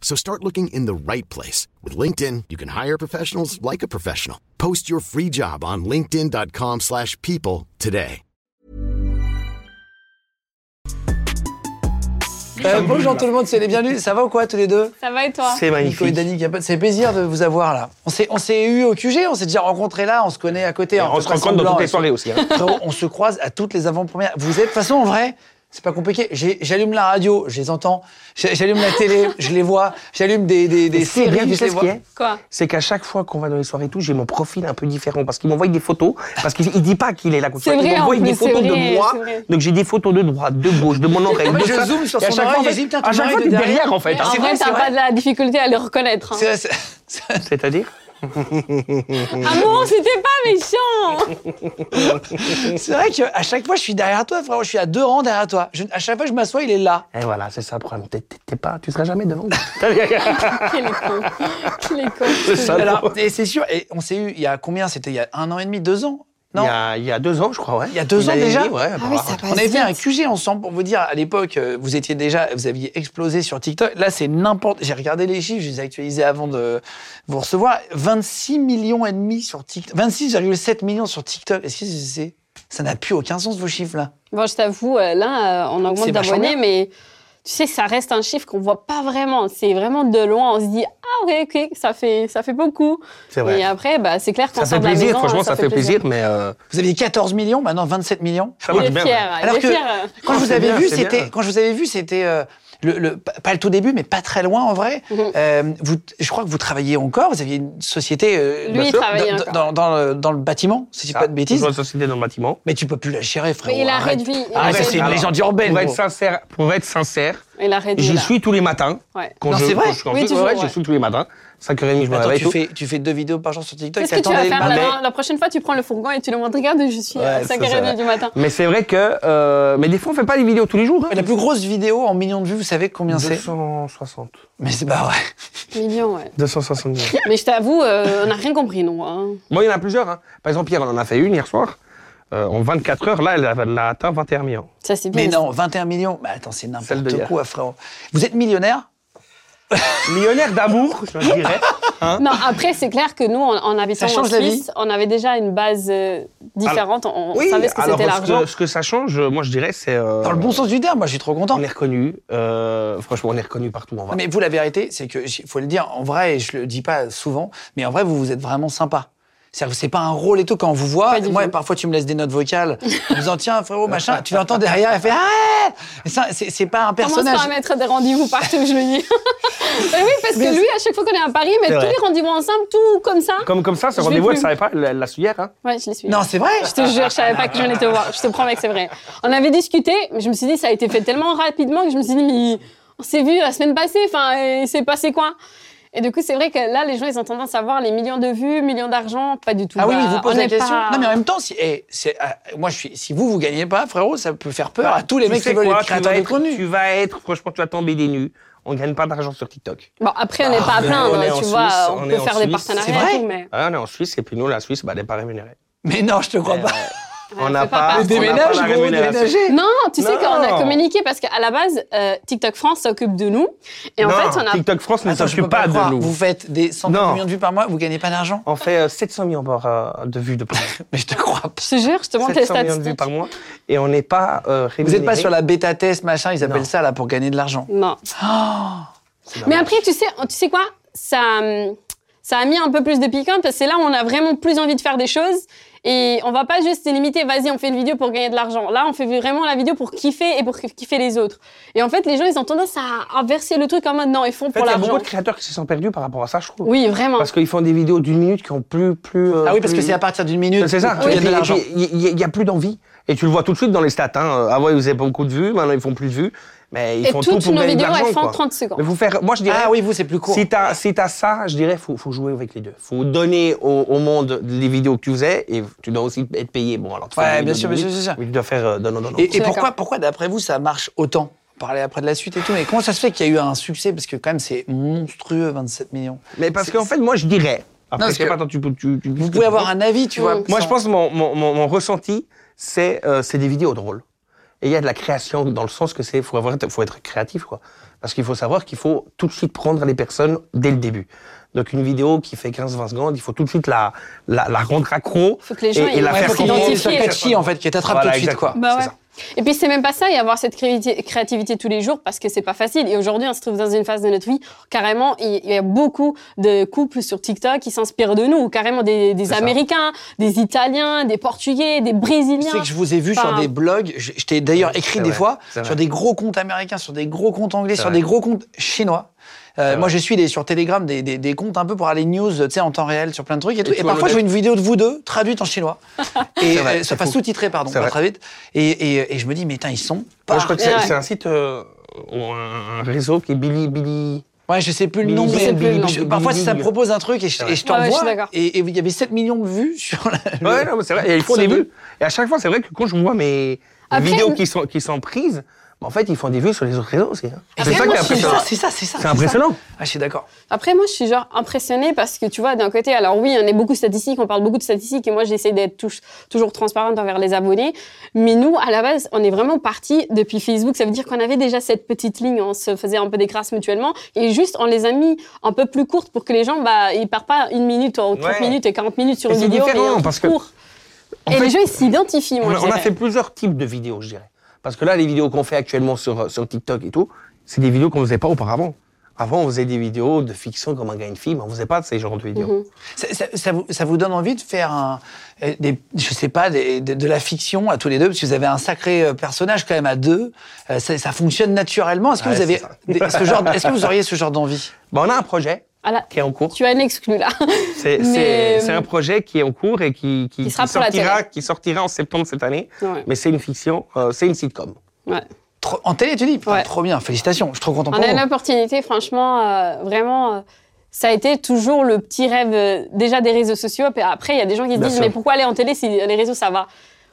So start looking in the right place. With LinkedIn, you can hire professionals like a professional. Post your free job on linkedin.com/people slash people today. Euh, bonjour tout le monde, c'est les bienvenus. Ça va ou quoi tous les deux Ça va et toi C'est Nico et magnifique. Dani, y a pas- c'est plaisir de vous avoir là. On s'est, on s'est eu au QG, on s'est déjà rencontrés là, on se connaît à côté. Et hein, on de se façon rencontre dans blanc toutes les et- soirées aussi. hein. Frérot, on se croise à toutes les avant-premières. Vous êtes, de toute façon, en vrai, c'est pas compliqué. J'ai- J'allume la radio, je les entends. J'ai- J'allume la télé, je les vois. J'allume des, des, des Et c'est séries, bien, hein. tu je sais les ce qui vois. est Quoi C'est qu'à chaque fois qu'on va dans les soirées et tout, j'ai mon profil un peu différent parce qu'il m'envoie des photos. Parce qu'il il dit pas qu'il est là. C'est vrai, Il m'envoie en des plus, photos c'est vrai, de moi. c'est vrai. Donc j'ai des photos de droite, de gauche, de mon oreille. Moi, de je ça. zoome sur Et à son chaque oreille, fois, en et fait, je dis, putain, à ton chaque oreille fois, de t'es derrière. derrière en En fait. hein. Ah, C'est vrai, vrai, c'est t'as vrai. pas de la difficulté à les reconnaître. hein. C'est- c'est- c'est- C'est-à-dire Ah non, c'était pas méchant C'est vrai qu'à chaque fois, je suis derrière toi, frérot. Je suis à deux rangs derrière toi. Je- à chaque fois que je m'assois, il est là. Et voilà, c'est ça le problème. T'es- t'es- t'es pas, tu seras jamais devant. Quel est con Quel est con C'est ça. Et le là, problème. et c'est sûr. Et on s'est eu il y a combien C'était il y a un an et demi, deux ans Il Non y, a, il y a deux ans, je crois, ouais. Il y a deux Une ans année et déjà demie, ouais, bah, On avait fait un QG ensemble pour vous dire, à l'époque, euh, vous étiez déjà, vous aviez explosé sur TikTok. Là, c'est n'importe. J'ai regardé les chiffres, je les ai actualisés avant de vous recevoir. 26 millions et demi sur TikTok. 26,7 millions sur TikTok. Est-ce que c'est. Ça n'a plus aucun sens, vos chiffres-là. Bon, je t'avoue, euh, là, euh, on augmente C'est vachement d'abonnés, bien. mais tu sais que ça reste un chiffre qu'on voit pas vraiment. C'est vraiment de loin, on se dit ah ouais, ok, ça fait ça fait beaucoup. C'est vrai. Et après, bah c'est clair qu'on Ça sort fait de la plaisir, maison, franchement, hein, ça fait plaisir, mais. euh, Vous aviez 14 millions, maintenant 27 millions. ça Il marche est bien. fier, il Alors est que- fier. Quand je vous Ah, c'est avais bien, vu, c'est c'était bien. quand je vous avais vu, c'était euh, le, le- pas le tout début, mais pas très loin en vrai. Mhm. Euh, vous, je crois que vous travailliez encore. Vous aviez une société. euh, Lui, il dans- travaillait dans, encore. dans, dans le, dans le bâtiment, si je dis Ah, pas de bêtises. toujours société dans le bâtiment. Mais tu peux plus la gérer, frère. Mais il a réduit. il Arrête, a Ah, réduit. c'est une Alors, légende urbaine, Ah, Pour gros. être sincère, pour être sincère, Il a réduit. j'y là. suis tous les matins. Ouais. Quand Non, je, c'est vrai quand je suis en Oui, truc, toujours, ouais, ouais. j'y suis tous les matins. 5h30, je me Attends, réveille. et tu tout. fais, tu fais deux vidéos par jour sur TikTok. Qu'est-ce que tu t'attends vas des- faire bah, là mais- la, la prochaine fois, tu prends le fourgon et tu le montres. Regarde, je suis à Ouais, ça, 5h30 du matin. Mais c'est vrai que. euh, mais des fois, on fait pas les vidéos tous les jours. hein. mais La plus grosse vidéo en millions de vues, vous savez combien c'est 260. Mais c'est bah ouais. Millions, ouais. 270. Mais je t'avoue, euh, on n'a rien compris, nous. hein. Moi, il y en a plusieurs. hein. Par exemple, hier, on en a fait une hier soir. Euh, en 24 heures, là, elle a, elle a atteint 21 millions. Ça, c'est bien. Mais non, 21 millions. Mais attends, c'est Celle de n'importe hier. quoi, frérot. Vous êtes millionnaire Millionnaire d'amour, je dirais. Non, après, c'est clair que nous, en, en Ça habitant change en la vie. Suisse, on avait déjà une base euh, différente. on on savait ce que alors, c'était ce l'argent. que, ce que ça change, moi, je dirais, c'est. euh, Dans le bon sens du terme, moi, je suis trop content. On est reconnu. euh, franchement, on est reconnu partout où on va. Non, mais vous, la vérité, c'est que, il faut le dire, en vrai, et je le dis pas souvent, mais en vrai, vous vous êtes vraiment sympa. C'est-à-dire que c'est pas un rôle et tout. Quand on vous voit, Pas du moi, tout. parfois, tu me laisses des notes vocales en me disant, tiens, frérot, machin, tu l'entends derrière, elle fait, ah Et ça, c'est c'est pas un Commence personnage. par mettre des rendez-vous partout, je le dis. Mais oui, parce que lui, à chaque fois qu'on est à Paris, il met C'est tous vrai. les rendez-vous ensemble, tout comme ça. Comme, comme ça, ce Je vais rendez-vous, plus. elle savait pas, elle elle l'a su hier. Hein. Ouais, je l'ai suivi. Non, c'est vrai. Je te jure, je savais pas que je venais te voir. Je te promets que c'est vrai. On avait discuté, mais je me suis dit, ça a été fait tellement rapidement que je me suis dit, mais on s'est vu la semaine passée, enfin, il s'est passé quoi Et du coup, c'est vrai que là, les gens, ils ont tendance à voir les millions de vues, millions d'argent, pas du tout. Ah oui, Bah, mais vous on posez n'est la question. pas- Non, mais en même temps, si, eh, c'est, ah, moi, je suis, si vous, vous gagnez pas, frérot, ça peut faire peur à tous les Bah, Tu mecs qui sais veulent quoi, être créateurs de tu vas être, contenu. tu vas être, franchement, tu vas tomber des nues. On gagne pas d'argent sur TikTok. Bon, après, on n'est pas à on est- plaindre, Ah, on est en tu Suisse, vois, on, on est peut en faire des Suisse. partenariats C'est vrai et tout, mais. Ah, on est en Suisse et puis nous, la Suisse, bah, elle n'est pas rémunérée. Mais non, je te crois Euh, pas. on on n'a fait pas pas, partie. on n'a pas la gros, rémunération. déménager. Non, tu sais Non. qu'on a communiqué parce qu'à la base, euh, TikTok France s'occupe de nous. Et en Non, fait, on a. TikTok France ne Attends, je s'occupe peux pas pas le croire. de nous. Vous faites des centaines de Non. millions de vues par mois, vous gagnez pas d'argent. On fait euh, 700 millions par, euh, de vues de par Mais je te crois pas. Je te jure, je te montre les 700 millions de vues statistiques. par mois et on n'est pas euh, Vous rémunéré. n'êtes pas sur la bêta test, machin, ils appellent Non. ça là pour gagner de l'argent. Ah Non. Mais après, tu sais, tu sais quoi ça, hum, ça a mis un peu plus de piquant parce que c'est là où on a vraiment plus envie de faire des choses. Et on va pas juste se limiter, vas-y, on fait une vidéo pour gagner de l'argent. Là, on fait vraiment la vidéo pour kiffer et pour kiffer les autres. Et en fait, les gens, ils ont tendance à inverser le truc en mode non, ils font En fait, pour il y a l'argent. beaucoup de créateurs qui se sont perdus par rapport à ça, je trouve. Oui, vraiment. Parce qu'ils font des vidéos d'une minute qui ont plus. plus euh, Ah oui, parce que plus- c'est à partir d'une minute C'est ça. que tu Et gagnes puis- de et l'argent. Ah puis, Il n'y a, il y a plus d'envie. Et tu le vois tout de suite dans les stats. Hein. Avant, ils faisaient pas beaucoup de vues. Maintenant, ils font plus de vues. Mais ils Et font tout toutes pour nos gagner de vidéos, elles l'argent. font quoi. 30 secondes. Mais vous faire, moi je dirais, Ah oui, vous, c'est plus court. si t'as si t'as ça, je dirais faut faut jouer avec les deux. Faut donner au, au monde les vidéos que tu faisais et tu dois aussi être payé. Bon alors. tu fais Ouais, une bien vidéo sûr, de bien minutes, sûr, bien sûr. mais tu dois faire euh, donnant donnant. Et, et suis pourquoi, d'accord. pourquoi d'après vous, ça marche autant On parlait après de la suite et tout, mais comment ça se fait qu'il y a eu un succès Parce que quand même, c'est monstrueux, 27 millions. Mais parce qu'en fait, moi, je dirais. Après, parce je sais que pas, attends, tu, peux- tu, tu- Vous pouvez avoir un avis, tu vois. Mm. Moi, je sans- pense que mon, mon, mon, mon ressenti, c'est euh, c'est des vidéos drôles. Et il y a de la création dans le sens que c'est faut avoir faut être créatif quoi. Parce qu'il faut savoir qu'il faut tout de suite prendre les personnes dès le début. Donc une vidéo qui fait 15-20 secondes, il faut tout de suite la la, la rendre accro Faut que les gens, et, et ils- la ouais, faire faut faut qu'il y ait comprendre. une sorte de s'identifier. catchy, en fait, qui t'attrape Voilà, tout de suite, exactement. quoi. Bah C'est ouais. ça. Et puis c'est même pas ça, et avoir cette créativité, créativité tous les jours, parce que c'est pas facile. Et aujourd'hui, on se trouve dans une phase de notre vie, carrément, il il y a beaucoup de couples sur TikTok qui s'inspirent de nous, carrément des, des ça. Américains, des Italiens, des Portugais, des Tu sais Brésiliens. que je vous ai vu sur Enfin- des blogs, je, je t'ai d'ailleurs écrit C'est des vrai, fois, sur c'est vrai. des gros comptes américains, sur des gros comptes anglais, C'est sur vrai. des gros comptes chinois. Euh, C'est moi, je vrai. suis des, sur Telegram des, des, des comptes un peu pour aller news, tu sais, en temps réel, sur plein de trucs et, tout. tu Et vois parfois, le je vois une vidéo de vous deux traduite en chinois. et vrai, euh, c'est ça passe fou. sous-titré, pardon, C'est pas vrai. très vite. Et, et, et je me dis, mais putain, ils sont pas. Moi, je crois que c'est Ouais. c'est un site euh, ou un, un réseau qui est Billy Billy. Ouais, je sais plus le nom, Billy, mais Billy, Billy, je- Billy, parfois Billy, ça me Billy. propose un truc et je, Ouais. et je Ouais, ouais, je t'envoie. suis d'accord. et et il y avait 7 millions de vues sur la. le- Ouais, non, mais c'est vrai. Et ils font Ça des me- vues. Et à chaque fois, c'est vrai que quand je vois mes Après, vidéos m- qui sont qui sont prises, bah, en fait, ils font des vues sur les autres réseaux aussi. hein. Et C'est ça moi, qui je est suis- Ah, c'est impressionnant. ça, c'est ça, c'est ça. C'est impressionnant. ça. Ah, je suis d'accord. Après, moi, je suis genre impressionnée parce que tu vois, d'un côté, alors oui, on est beaucoup statistiques, on parle beaucoup de statistiques et moi, j'essaie d'être touche- toujours transparente envers les abonnés. Mais nous, à la base, on est vraiment parti depuis Facebook. Ça veut dire qu'on avait déjà cette petite ligne, on se faisait un peu des crasses mutuellement et juste, on les a mis un peu plus courtes pour que les gens, bah, ils partent pas une minute ou 30 Ouais. minutes et 40 minutes sur Et une c'est vidéo. mais différent, un truc parce que- court. En Et fait, les gens, ils s'identifient, moi, On a, je on a dirais. fait plusieurs types de vidéos, je dirais. Parce que là, les vidéos qu'on fait actuellement sur, euh, sur TikTok et tout, c'est des vidéos qu'on ne faisait pas auparavant. Avant, on faisait des vidéos de fiction comme un gars et une fille, mais on ne faisait pas de ces genres de vidéos. Mhm. Ça, ça- ça vous, ça vous donne envie de faire un, euh, des, je sais pas, des- de, de la fiction à tous les deux, parce que vous avez un sacré euh, personnage quand même à deux. Euh, ça, ça fonctionne naturellement. Est-ce que Ouais, vous avez c'est ça. des- ce genre, est-ce que vous auriez ce genre d'envie Bah, on a un projet Ah là, qui est en cours. tu as une exclue, là. C'est Mais- euh, c'est- c'est un projet qui est en cours et qui, Qui sera pour la sortira, télé. qui sortira en septembre cette année. Ouais. Mais c'est une fiction, euh, c'est une sitcom. Ouais. Trop- En télé, tu dis Putain, Ouais. Trop bien, félicitations. Je suis trop content pour On a une vous. opportunité, franchement, euh, vraiment. euh, ça a été toujours le petit rêve euh, déjà des réseaux sociaux. Puis après, il y a des gens qui se Bien disent sûr. mais pourquoi aller en télé si les réseaux ça va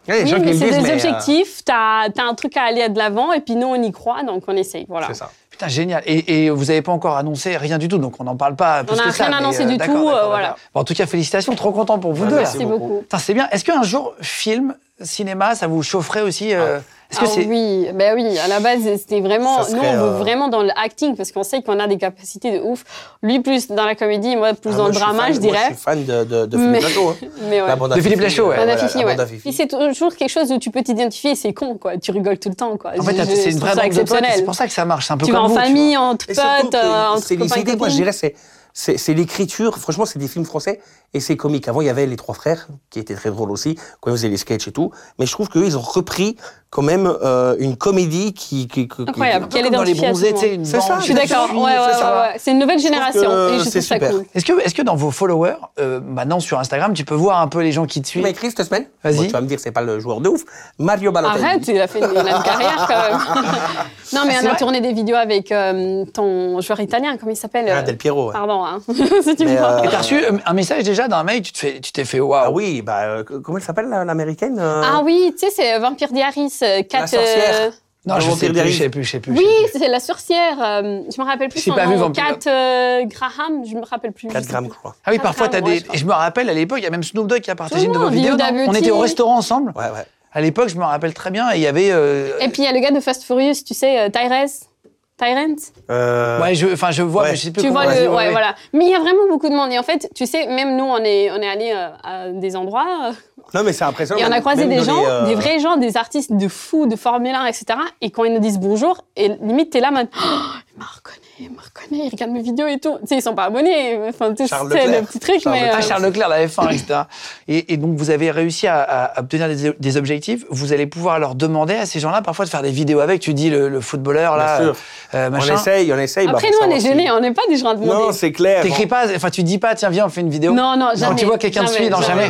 Il y a des Oui, gens qui mais me c'est disent, des mais, euh, objectifs. T'as as un truc à aller de l'avant et puis nous on y croit donc on essaye. Voilà. C'est ça. Putain, génial. Et, et vous n'avez pas encore annoncé rien du tout, donc on n'en parle pas plus On a que ça. rien mais, annoncé du d'accord, tout, d'accord, euh, d'accord. voilà. Bon, en tout cas, félicitations. Trop content pour vous Ouais, deux. merci là. Merci beaucoup. Putain, c'est bien. Est-ce qu'un jour, film, cinéma, ça vous chaufferait aussi euh, Est-ce que Ah c'est oui, ben oui, à la base c'était vraiment, Ça serait, nous on veut euh, vraiment dans le acting parce qu'on sait qu'on a des capacités de ouf. Lui plus dans la comédie, moi plus Ah, dans moi, le je suis drama, fan- je moi, dirais. Je suis fan de, de, de Philippe Mais- Lachaud, hein. Mais ouais. La bande à De Philippe Fifi, Lachaud, ouais. euh, Bande à voilà, la Fifi, bande ouais. à Fifi. Puis c'est toujours quelque chose où tu peux t'identifier, c'est con, quoi. Tu rigoles tout le temps, quoi. En fait, Je- je- c'est une je vraie trouve bande ça de potes, et exceptionnel. C'est pour ça que ça marche. C'est un peu Tu vas comme en vous, tu vois. famille, entre Et surtout potes, que euh, entre c'est les copains et idées, moi, je copines. dirais, c'est, c'est, c'est l'écriture. Franchement, c'est des films français et c'est comique. Avant, il y avait Les Trois Frères, qui étaient très drôles aussi, quand ils faisaient les sketchs et tout. Mais je trouve qu'eux, ils ont repris quand même euh, une comédie qui. qui, qui- qui- Incroyable. Un peu Qu'elle comme dans les identifie à bronzés, tout le tu sais, monde. une C'est ça, bande Je suis de d'accord. filles, Ouais, ouais, c'est ça. ouais, ouais. C'est une nouvelle trouve génération que et je c'est trouve ça super. Ah, cool. Est-ce que, est-ce que dans vos followers, euh, maintenant sur Instagram, tu peux voir un peu les gens qui te Tu m'as suivent écrit cette semaine Vas-y. Bon, Tu vas me dire, c'est pas le joueur de ouf. Mario Balotelli. Arrête, il a fait une, il a une carrière quand même. non, mais Ah, c'est on a vrai tourné des vidéos avec euh, ton joueur italien, comment il s'appelle Ah, euh, Del Piero. ouais. Pardon, hein, si tu me Mais, vois. Et t'as reçu euh, un message déjà d'un mec, tu te fais- tu t'es fait waouh. Ah oui, bah, euh, c- comment elle s'appelle, la- l'américaine euh, Ah oui, tu sais, c'est Vampire Diaries. euh, Kat, euh, sorcière. Non, je Vampire sais, plus, Diaries. je sais plus, je sais plus. je sais Oui, plus. c'est la sorcière. euh, je me rappelle plus J'ai son pas vu nom. Vampire. Kat euh, Graham, je me rappelle plus. 4 grammes, je crois. Ah oui, Ah, parfois t'as pardon, ouais, des. je crois. Et je me rappelle à l'époque, il y a même Snoop Dogg qui a partagé Tout une de le vos monde, vidéos. Linda non On Beauty. était au restaurant ensemble. Ouais, ouais. À l'époque, je me rappelle très bien. Et il y avait. euh, Et puis il y a le gars de Fast Furious, tu sais, euh, Tyrese. Tyrant Euh, Ouais, je, enfin, je vois, Ouais. mais je sais plus Tu comment vois on le, dit, ouais, voilà. Mais il y a vraiment beaucoup de monde. Et en fait, tu sais, même nous, on est, on est allé à des endroits euh, Non, mais c'est impressionnant. et on a même- croisé même des dans gens, les, euh, des vrais gens, des artistes de fous, de Formule 1, etc. Et quand ils nous disent bonjour, et limite, t'es là, man, oh, il m'a reconnu, il m'a reconnu, il regarde mes vidéos et tout. Tu sais, ils sont pas abonnés. Enfin, tu sais, Charles le Leclerc. petit truc, Charles mais. Leclerc. Ah, euh, Charles Leclerc, la F1, etc. Et, et donc, vous avez réussi à, à obtenir des, des objectifs. Vous allez pouvoir leur demander à ces gens-là, parfois, de faire des vidéos avec. Tu dis le, le footballeur, là, Bien sûr. euh, On machin. essaye, on essaye. bah, Après, pour nous, on savoir est si- gênés, hein, on n'est pas des gens à Non, demander. c'est clair. T'écris pas, enfin, tu dis pas, tiens, viens, on fait une vidéo. Non, non, jamais. tu vois quelqu'un te jamais, suit, non, jamais.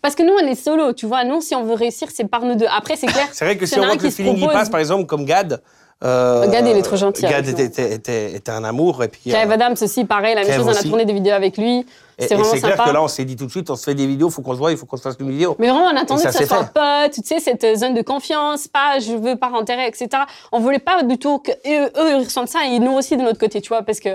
Parce que nous, on est solo, tu vois. Nous, si on veut réussir, c'est par nous deux. Après, c'est clair. C'est vrai que s'il si y en on a voit un que qui le se feeling y propose- passe, par exemple, comme Gad, Euh, Gad, il est trop gentil Gad avec était, nous. était, était- était un amour. Et puis, Kev euh, Adams aussi, pareil, la même Kev chose, on a aussi. tourné des vidéos avec lui. et- et C'est vraiment c'est clair sympa. que là, on s'est dit tout de suite, on se fait des vidéos, il faut qu'on se voit, il faut qu'on se fasse une vidéo. Mais vraiment, on attendait Et ça que ça s'est soit fait. pote, tu sais, cette euh, zone de confiance, pas je veux par intérêt, etc. On voulait pas du tout que eux, eux, ils ressentent ça et nous aussi de notre côté, tu vois, parce que,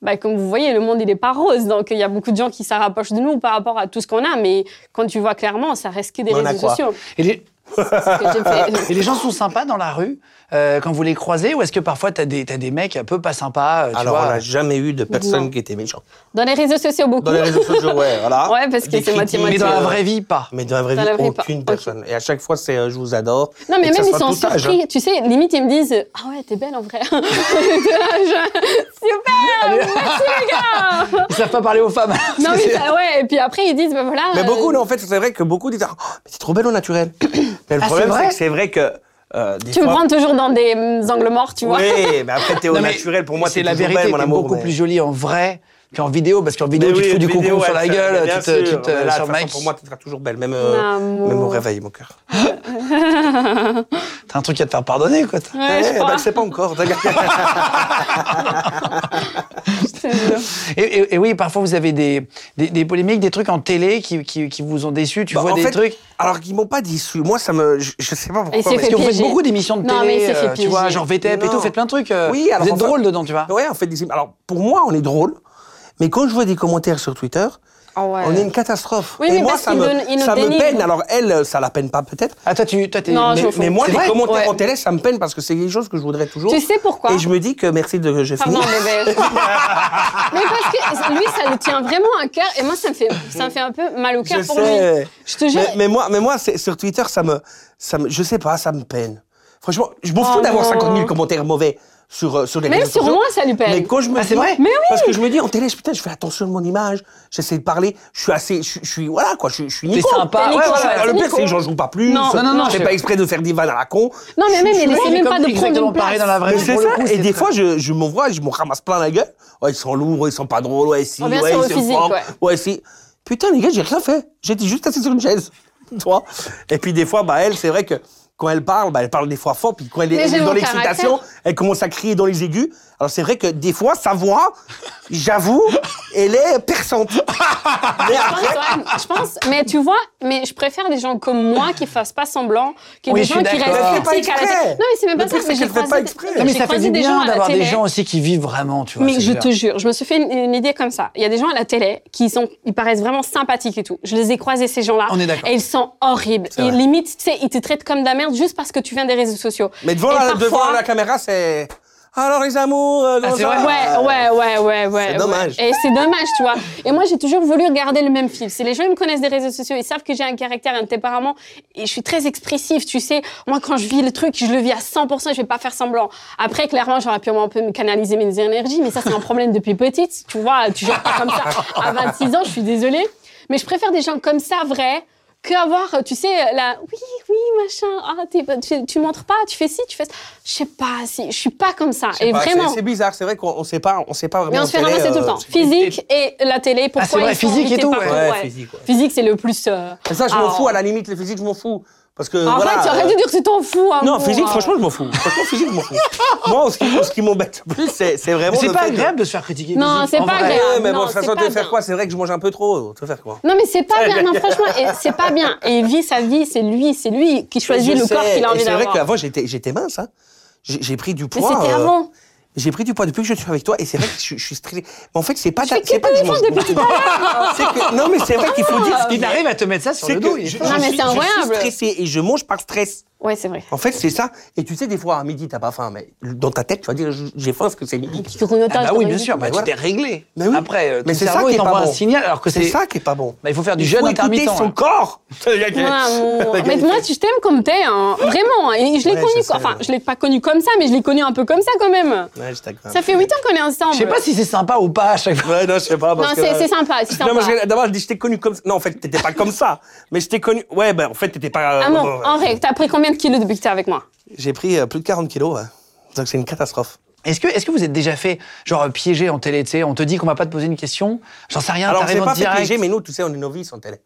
bah, comme vous voyez, le monde, il est pas rose. Donc, il y a beaucoup de gens qui se rapprochent de nous par rapport à tout ce qu'on a. Mais quand tu vois clairement, ça reste que des On a réseaux quoi sociaux. Et les, C'est ce que j'ai fait. et les gens sont sympas dans la rue euh, quand vous les croisez ou est-ce que parfois t'as des, t'as des mecs un peu pas sympas euh, tu Alors, on vois n'a jamais eu de personne Non. qui était méchante. Dans les réseaux sociaux, beaucoup. Dans les réseaux sociaux, ouais, voilà. Ouais, parce que Des c'est moitié- critiques, Mais moitié. dans la euh, vraie vie, pas. Mais dans la vraie Dans vie, la vraie vie, pas. aucune Ok. personne. Et à chaque fois, c'est euh, je vous adore. Non, mais Et que même ça ils soit sont tout âge, hein. surpris. Tu sais, limite, ils me disent euh, Ah ouais, t'es belle en vrai. T'es là, je- Super Merci les gars Ils savent pas parler aux femmes. Non, mais ça- ouais, et puis après, ils disent Bah voilà. Mais beaucoup, euh, non, en fait, c'est vrai que beaucoup disent Ah, mais t'es trop belle au naturel. mais le Ah, c'est problème, vrai c'est que c'est vrai que. euh, des Tu me fois- prends toujours dans des mm, angles morts, tu vois. Oui, mais après, t'es au Non, mais naturel. Pour moi, c'est t'es la toujours vérité. belle, T'es mon amour. beaucoup mais- plus jolie en vrai qu'en vidéo, parce qu'en vidéo, Mais tu te oui, fous du une vidéo, coucou sur elle la fait- gueule, bien tu te, sûr, tu te mais là, de sur toute Mike. façon, Pour moi, t'es toujours belle, même, euh, L'amour. même au réveil, mon cœur. T'as un truc à te faire pardonner, quoi. t'as- Ouais, je Eh, crois. ben, c'est pas encore. Et, et- et oui, parfois vous avez des, des, des polémiques, des trucs en télé qui, qui, qui vous ont déçu. Tu Bah, vois en des fait, trucs. Alors qu'ils m'ont pas déçu. Moi, ça me. Je, je sais pas pourquoi. Et c'est mais- Parce fait que vous faites piéger. beaucoup d'émissions de Non, télé, mais il s'est fait euh, tu vois, piéger. genre VTEP et Non. tout, faites plein de trucs. euh, Oui, alors vous êtes enfin- drôle dedans, tu vois. Ah Ouais, on fait des. Alors, pour moi, on est drôle. Mais quand je vois des commentaires sur Twitter, Ah ouais. on est une catastrophe. Oui, et mais moi, parce ça qu'ils me, donnent- ils nous ça me dénigrent. peine. Alors, elle, ça la peine pas peut-être. Ah, toi, tu, toi, t'es. Non, mais- je m'en fous. Mais moi, C'est les vrai commentaires Ouais. en télé, ça me peine parce que c'est quelque chose que je voudrais toujours. Tu sais pourquoi Et je me dis que merci de. J'ai fini. Pardon, bébé. mais parce que lui, ça le tient vraiment à cœur. Et moi, ça me fait, ça me fait un peu mal au cœur Je pour lui. sais. Je te jure. Mais, mais moi, mais moi c'est- sur Twitter, ça me, ça me. Je sais pas, ça me peine. Franchement, je m'en fous Oh d'avoir non. 50 000 commentaires mauvais sur, euh, sur les Même réseaux sur sociaux. moi, ça lui peine. Mais quand je me Ah, c'est dis- vrai Mais oui. Parce que je me dis en télé, je- putain, je fais attention à mon image, j'essaie de parler, je suis assez, je, je suis voilà quoi, je, je suis nico. sympa, T'es ouais, nico, ouais, ouais, Alors, le t'es pire c'est que nico. j'en joue pas plus. Non. Non, non, non, Je fais je- pas exprès de faire des vannes à la con. Non, mais même, Je il suis essaie même comme pas de dit, prendre exactement une pareil place. dans la vraie Mais vie, c'est pour le ça. coup, et c'est des très- fois, je, je m'envoie, je m'en ramasse plein la gueule. Ouais, ils sont lourds, ils sont pas drôles, ouais, si, On revient ouais, sur ils le se physique, forment, ouais. ouais, si. Putain, les gars, j'ai rien fait. J'étais juste assis sur une chaise. Toi. Et puis, des fois, bah, elle, c'est vrai que quand elle parle, bah, elle parle des fois fort, puis quand elle Mais est j'ai dans mon l'excitation, elle commence à crier dans les aigus. Alors, c'est vrai que des fois, sa voix, j'avoue, elle est perçante. Mais Je pense, après, ouais, je pense, mais tu vois, mais je préfère des gens comme moi qui fassent pas semblant, qui Oui, des je gens suis qui d'accord. restent Mais c'est pas critiques à la exprès. télé. Non, mais c'est même Le pas ça. pire, c'est mais j'ai qu'elle fait croisé, pas exprès. Non, mais j'ai ça fait croisé du bien gens à la d'avoir des télé. gens aussi qui vivent vraiment, tu vois. Mais c'est je clair. te jure, je me suis fait une, une idée comme ça. Il y a des gens à la télé qui sont, ils paraissent vraiment sympathiques et tout. Je les ai croisés ces gens-là. On est d'accord. Et ils sont horribles. C'est Et vrai. limite, tu sais, ils te traitent comme de la merde juste parce que tu viens des réseaux sociaux. mais devant, Et la, parfois- Ah, devant la caméra, c'est. Alors, les amours, euh, comment c'est ça vrai. va Ouais, ouais, ouais, ouais, ouais. ouais. dommage. Et c'est dommage, tu vois. Et moi, j'ai toujours voulu garder le même fil. Si les gens ils me connaissent des réseaux sociaux, ils savent que j'ai un caractère, un tempérament, et je suis très expressive, tu sais. Moi, quand je vis le truc, je le vis à 100%, je vais pas faire semblant. Après, clairement, j'aurais pu un peu me canaliser mes énergies, mais ça, c'est un problème depuis petite, tu vois. Tu gères pas comme ça. À 26 ans, je suis désolée. Mais je préfère des gens comme ça, vrais, qu'avoir, tu sais, la oui, oui, machin, ah, t'es pas- tu, tu montres pas, tu fais ci, tu fais ça. Je sais pas, si, je suis pas comme ça. Je sais Et pas, c'est- vraiment. C'est bizarre, c'est vrai qu'on on sait pas, on sait pas vraiment. Mais on se fait quel est, ramasser euh, tout le temps. c'est- Physique et la télé, pourquoi Ah, c'est vrai, ils sont physique et invités tout, partout, ouais. Ouais, physique, ouais. c'est le plus... euh, Et ça, je m'en ah, fous, à la limite, le physique, je m'en fous. Parce que. Arrête, voilà, arrête euh, de dire que tu t'en fous. hein, Non, bon, physique, euh. franchement, je m'en fous. Franchement, physique, je m'en fous. Moi, ce qui, ce qui m'embête le plus, c'est c'est vraiment. Mais C'est le pas fait de- agréable de se faire critiquer. Non, physique, c'est en pas vrai. Ouais, agréable. mais bon, Non, de toute c'est façon, pas tu veux faire bien. quoi C'est vrai que je mange un peu trop. Tu veux faire quoi Non, mais c'est pas bien. Non, franchement, et c'est pas bien. Et il vit sa vie, c'est lui, c'est lui qui Je choisit le sais, corps qu'il a et envie C'est vrai d'avoir. qu'avant, j'étais j'étais mince, hein. J'ai j'ai pris du Mais poids. c'était euh, avant. J'ai pris du poids depuis que je suis avec toi et c'est vrai que je, je suis stressé. Mais en fait, c'est pas. fais que c'est pas te que je défendre mange depuis beaucoup. C'est que- Non, mais c'est vrai qu'il faut dire ce Il qu'il arrive. arrive à te mettre ça sur C'est le que dos. je, il est je fort. mais Ah, c'est suis, je suis incroyable. stressé et je mange par stress. Ouais, c'est vrai. En fait, c'est ça. Et tu sais, des fois, à midi, t'as pas faim, mais dans ta tête, tu vas dire, j- j'ai faim parce que c'est midi. Tu connais autant, Ah bah je oui, te bien dis. sûr, bah, tu voilà. t'es réglé. Mais oui. Après, euh, ton Mais c'est ça cerveau, qui il est pas t'envoie un bon. signal, alors que C'est c'est... ça qui est pas bon. Bah, il faut faire du Il jeûne faut écouter intermittent. son ouais. corps. Mon amour. Mais moi, tu t'aimes comme t'es, hein. vraiment. Et je l'ai Ouais, connu, je sais, enfin, ouais. je l'ai pas connu comme ça, mais je l'ai connu un peu comme ça quand même. Ouais, je t'accorde. Ça fait 8 ans qu'on est ensemble. Je sais pas si c'est sympa ou pas à chaque fois. Ouais, non, je sais pas. Non, Parce que c'est là- c'est sympa, c'est Non, sympa. parce que d'abord, elle dit, je t'ai connu comme ça. Non, en fait, t'étais pas comme ça. Mais je t'ai connu. Ouais, ben, en fait, t'étais pas. euh, Amon, bon, ouais. en règle, t'as pris combien de kilos depuis que t'es avec moi J'ai pris euh, plus de 40 kilos, ouais. Donc, c'est une catastrophe. Est-ce que, est-ce que vous êtes déjà fait, genre, euh, piégé en télé, tu sais, on te dit qu'on va pas te poser une question, j'en sais rien, Alors, on s'est t'arrives en pas fait direct. piéger, mais nous, tu sais, on est novices en télé.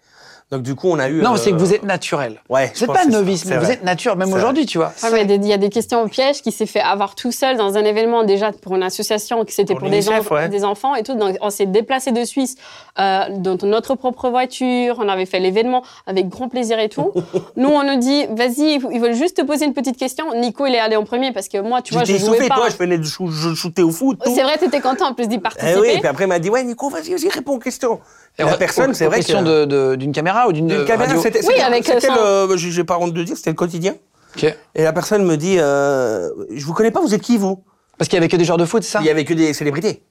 Donc du coup, on a eu. Non, euh, c'est que vous êtes naturel. Ouais. Vous n'êtes pas novice, mais vous êtes nature, même C'est aujourd'hui, tu vois. Ah Ouais, mais des- Il y a des questions au piège qui s'est fait avoir tout seul dans un événement déjà pour une association qui c'était Pour pour, des, l'UNICEF, en- ouais. des enfants et tout. Donc on s'est déplacé de Suisse euh, dans notre propre voiture. On avait fait l'événement avec grand plaisir et tout. Nous on nous dit vas-y ils veulent juste te poser une petite question. Nico il est allé en premier parce que moi tu vois je J'étais jouais essoufflé, pas. toi, je venais de chou- je shooter au foot. tout. C'est vrai t'étais content en plus d'y participer. Eh oui, puis après, il m'a dit, ouais, Nico, vas-y, vas-y, réponds aux questions. Et la personne, c'est vrai que. question de- de- d'une caméra ou d'une Une euh, caméra, radio. c'était, Oui, c'était- avec euh, c'était son- le, j'ai j'ai pas honte de le dire, c'était le quotidien. Ok. Et la personne me dit, euh, je vous connais pas, vous êtes qui vous Parce qu'il y avait que des joueurs de foot, c'est ça Il y avait que des célébrités.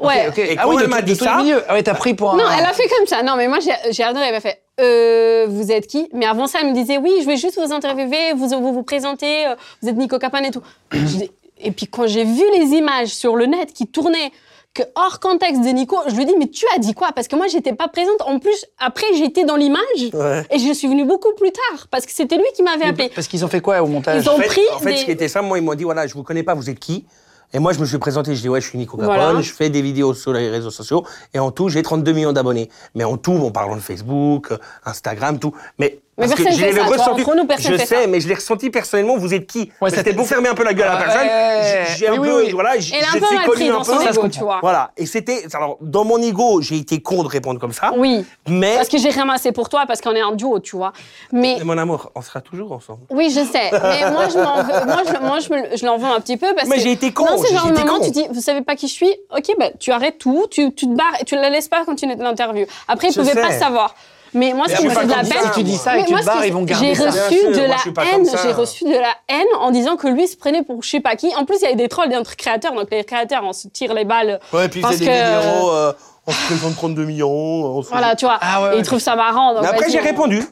Ouais. Ok. Et Ah quand oui, de elle m'a tout- de dit tout le ça- milieu. Ah ouais, t'as pris pour un. Non, elle a fait comme ça. Non, mais moi, j'ai- j'ai adoré. Elle m'a fait euh, Vous êtes qui Mais avant ça, elle me disait Oui, je vais juste vous interviewer, vous vous, vous présenter, euh, vous êtes Nico Capan et tout. Je dis- et puis, quand j'ai vu les images sur le net qui tournaient, que hors contexte de Nico, je lui dis Mais tu as dit quoi Parce que moi, j'étais pas présente. En plus, après, j'étais dans l'image Ouais. et je suis venue beaucoup plus tard parce que c'était lui qui m'avait Mais appelé. bah, Parce qu'ils ont fait quoi au montage Ils ont- En fait, pris en fait, des- ce qui était simple, moi, ils m'ont dit, voilà, je vous connais pas, vous êtes qui Et moi, je me suis présenté, je dis, ouais, je suis Nico Capone, Voilà. je fais des vidéos sur les réseaux sociaux, et en tout, j'ai 32 millions d'abonnés. Mais en tout, on parle de Facebook, euh, Instagram, tout. Mais. Mais parce que personne je fait l'ai ça, toi, ressenti- entre nous, personne je fait sais, ça. mais je l'ai ressenti personnellement. Vous êtes qui Ouais, Parce ça que C'était t'a- pour fermer un peu la gueule à la Ah, personne. ouais. J'ai- J'ai un Oui, peu, oui. voilà, j'ai- Elle a un je peu suis mal pris connu un dans peu. son Ça se ego, comprend. tu vois. Voilà. Et c'était, alors, dans mon ego, j'ai été con de répondre comme ça. Oui. Mais, Parce que j'ai ramassé pour toi, parce qu'on est en duo, tu vois. Mais Mais mon amour, on sera toujours ensemble. Oui, je sais. Mais moi, je m'en veux. Moi, je, moi, je, me- je l'en veux un petit peu parce Mais que. j'ai été con, Non, c'est j'ai genre le été moment, con. tu dis, vous savez pas qui je suis. Ok, bah, tu arrêtes tout, tu, tu te barres et tu la laisses pas continuer l'interview. Après, ils Je pouvaient sais. pas savoir. Mais moi, ce Mais qui je me suis fait de pas la comme ça, peine. si tu dis ça et Mais que tu moi, te ce qui barres, fait- ils vont garder J'ai ça. reçu Bien sûr, de moi, la je suis pas comme haine. ça. J'ai reçu de la haine en disant que lui se prenait pour je sais pas qui. En plus, il y avait des trolls d'entre créateurs. Donc, les créateurs, on se tire les balles. Ouais, puis Parce c'est des que- vidéos, euh, on se présente 32 millions, on se Voilà, tu vois. Ah ouais, et ouais. ils trouvent ça marrant. donc Mais après, vas-y, j'ai on- répondu.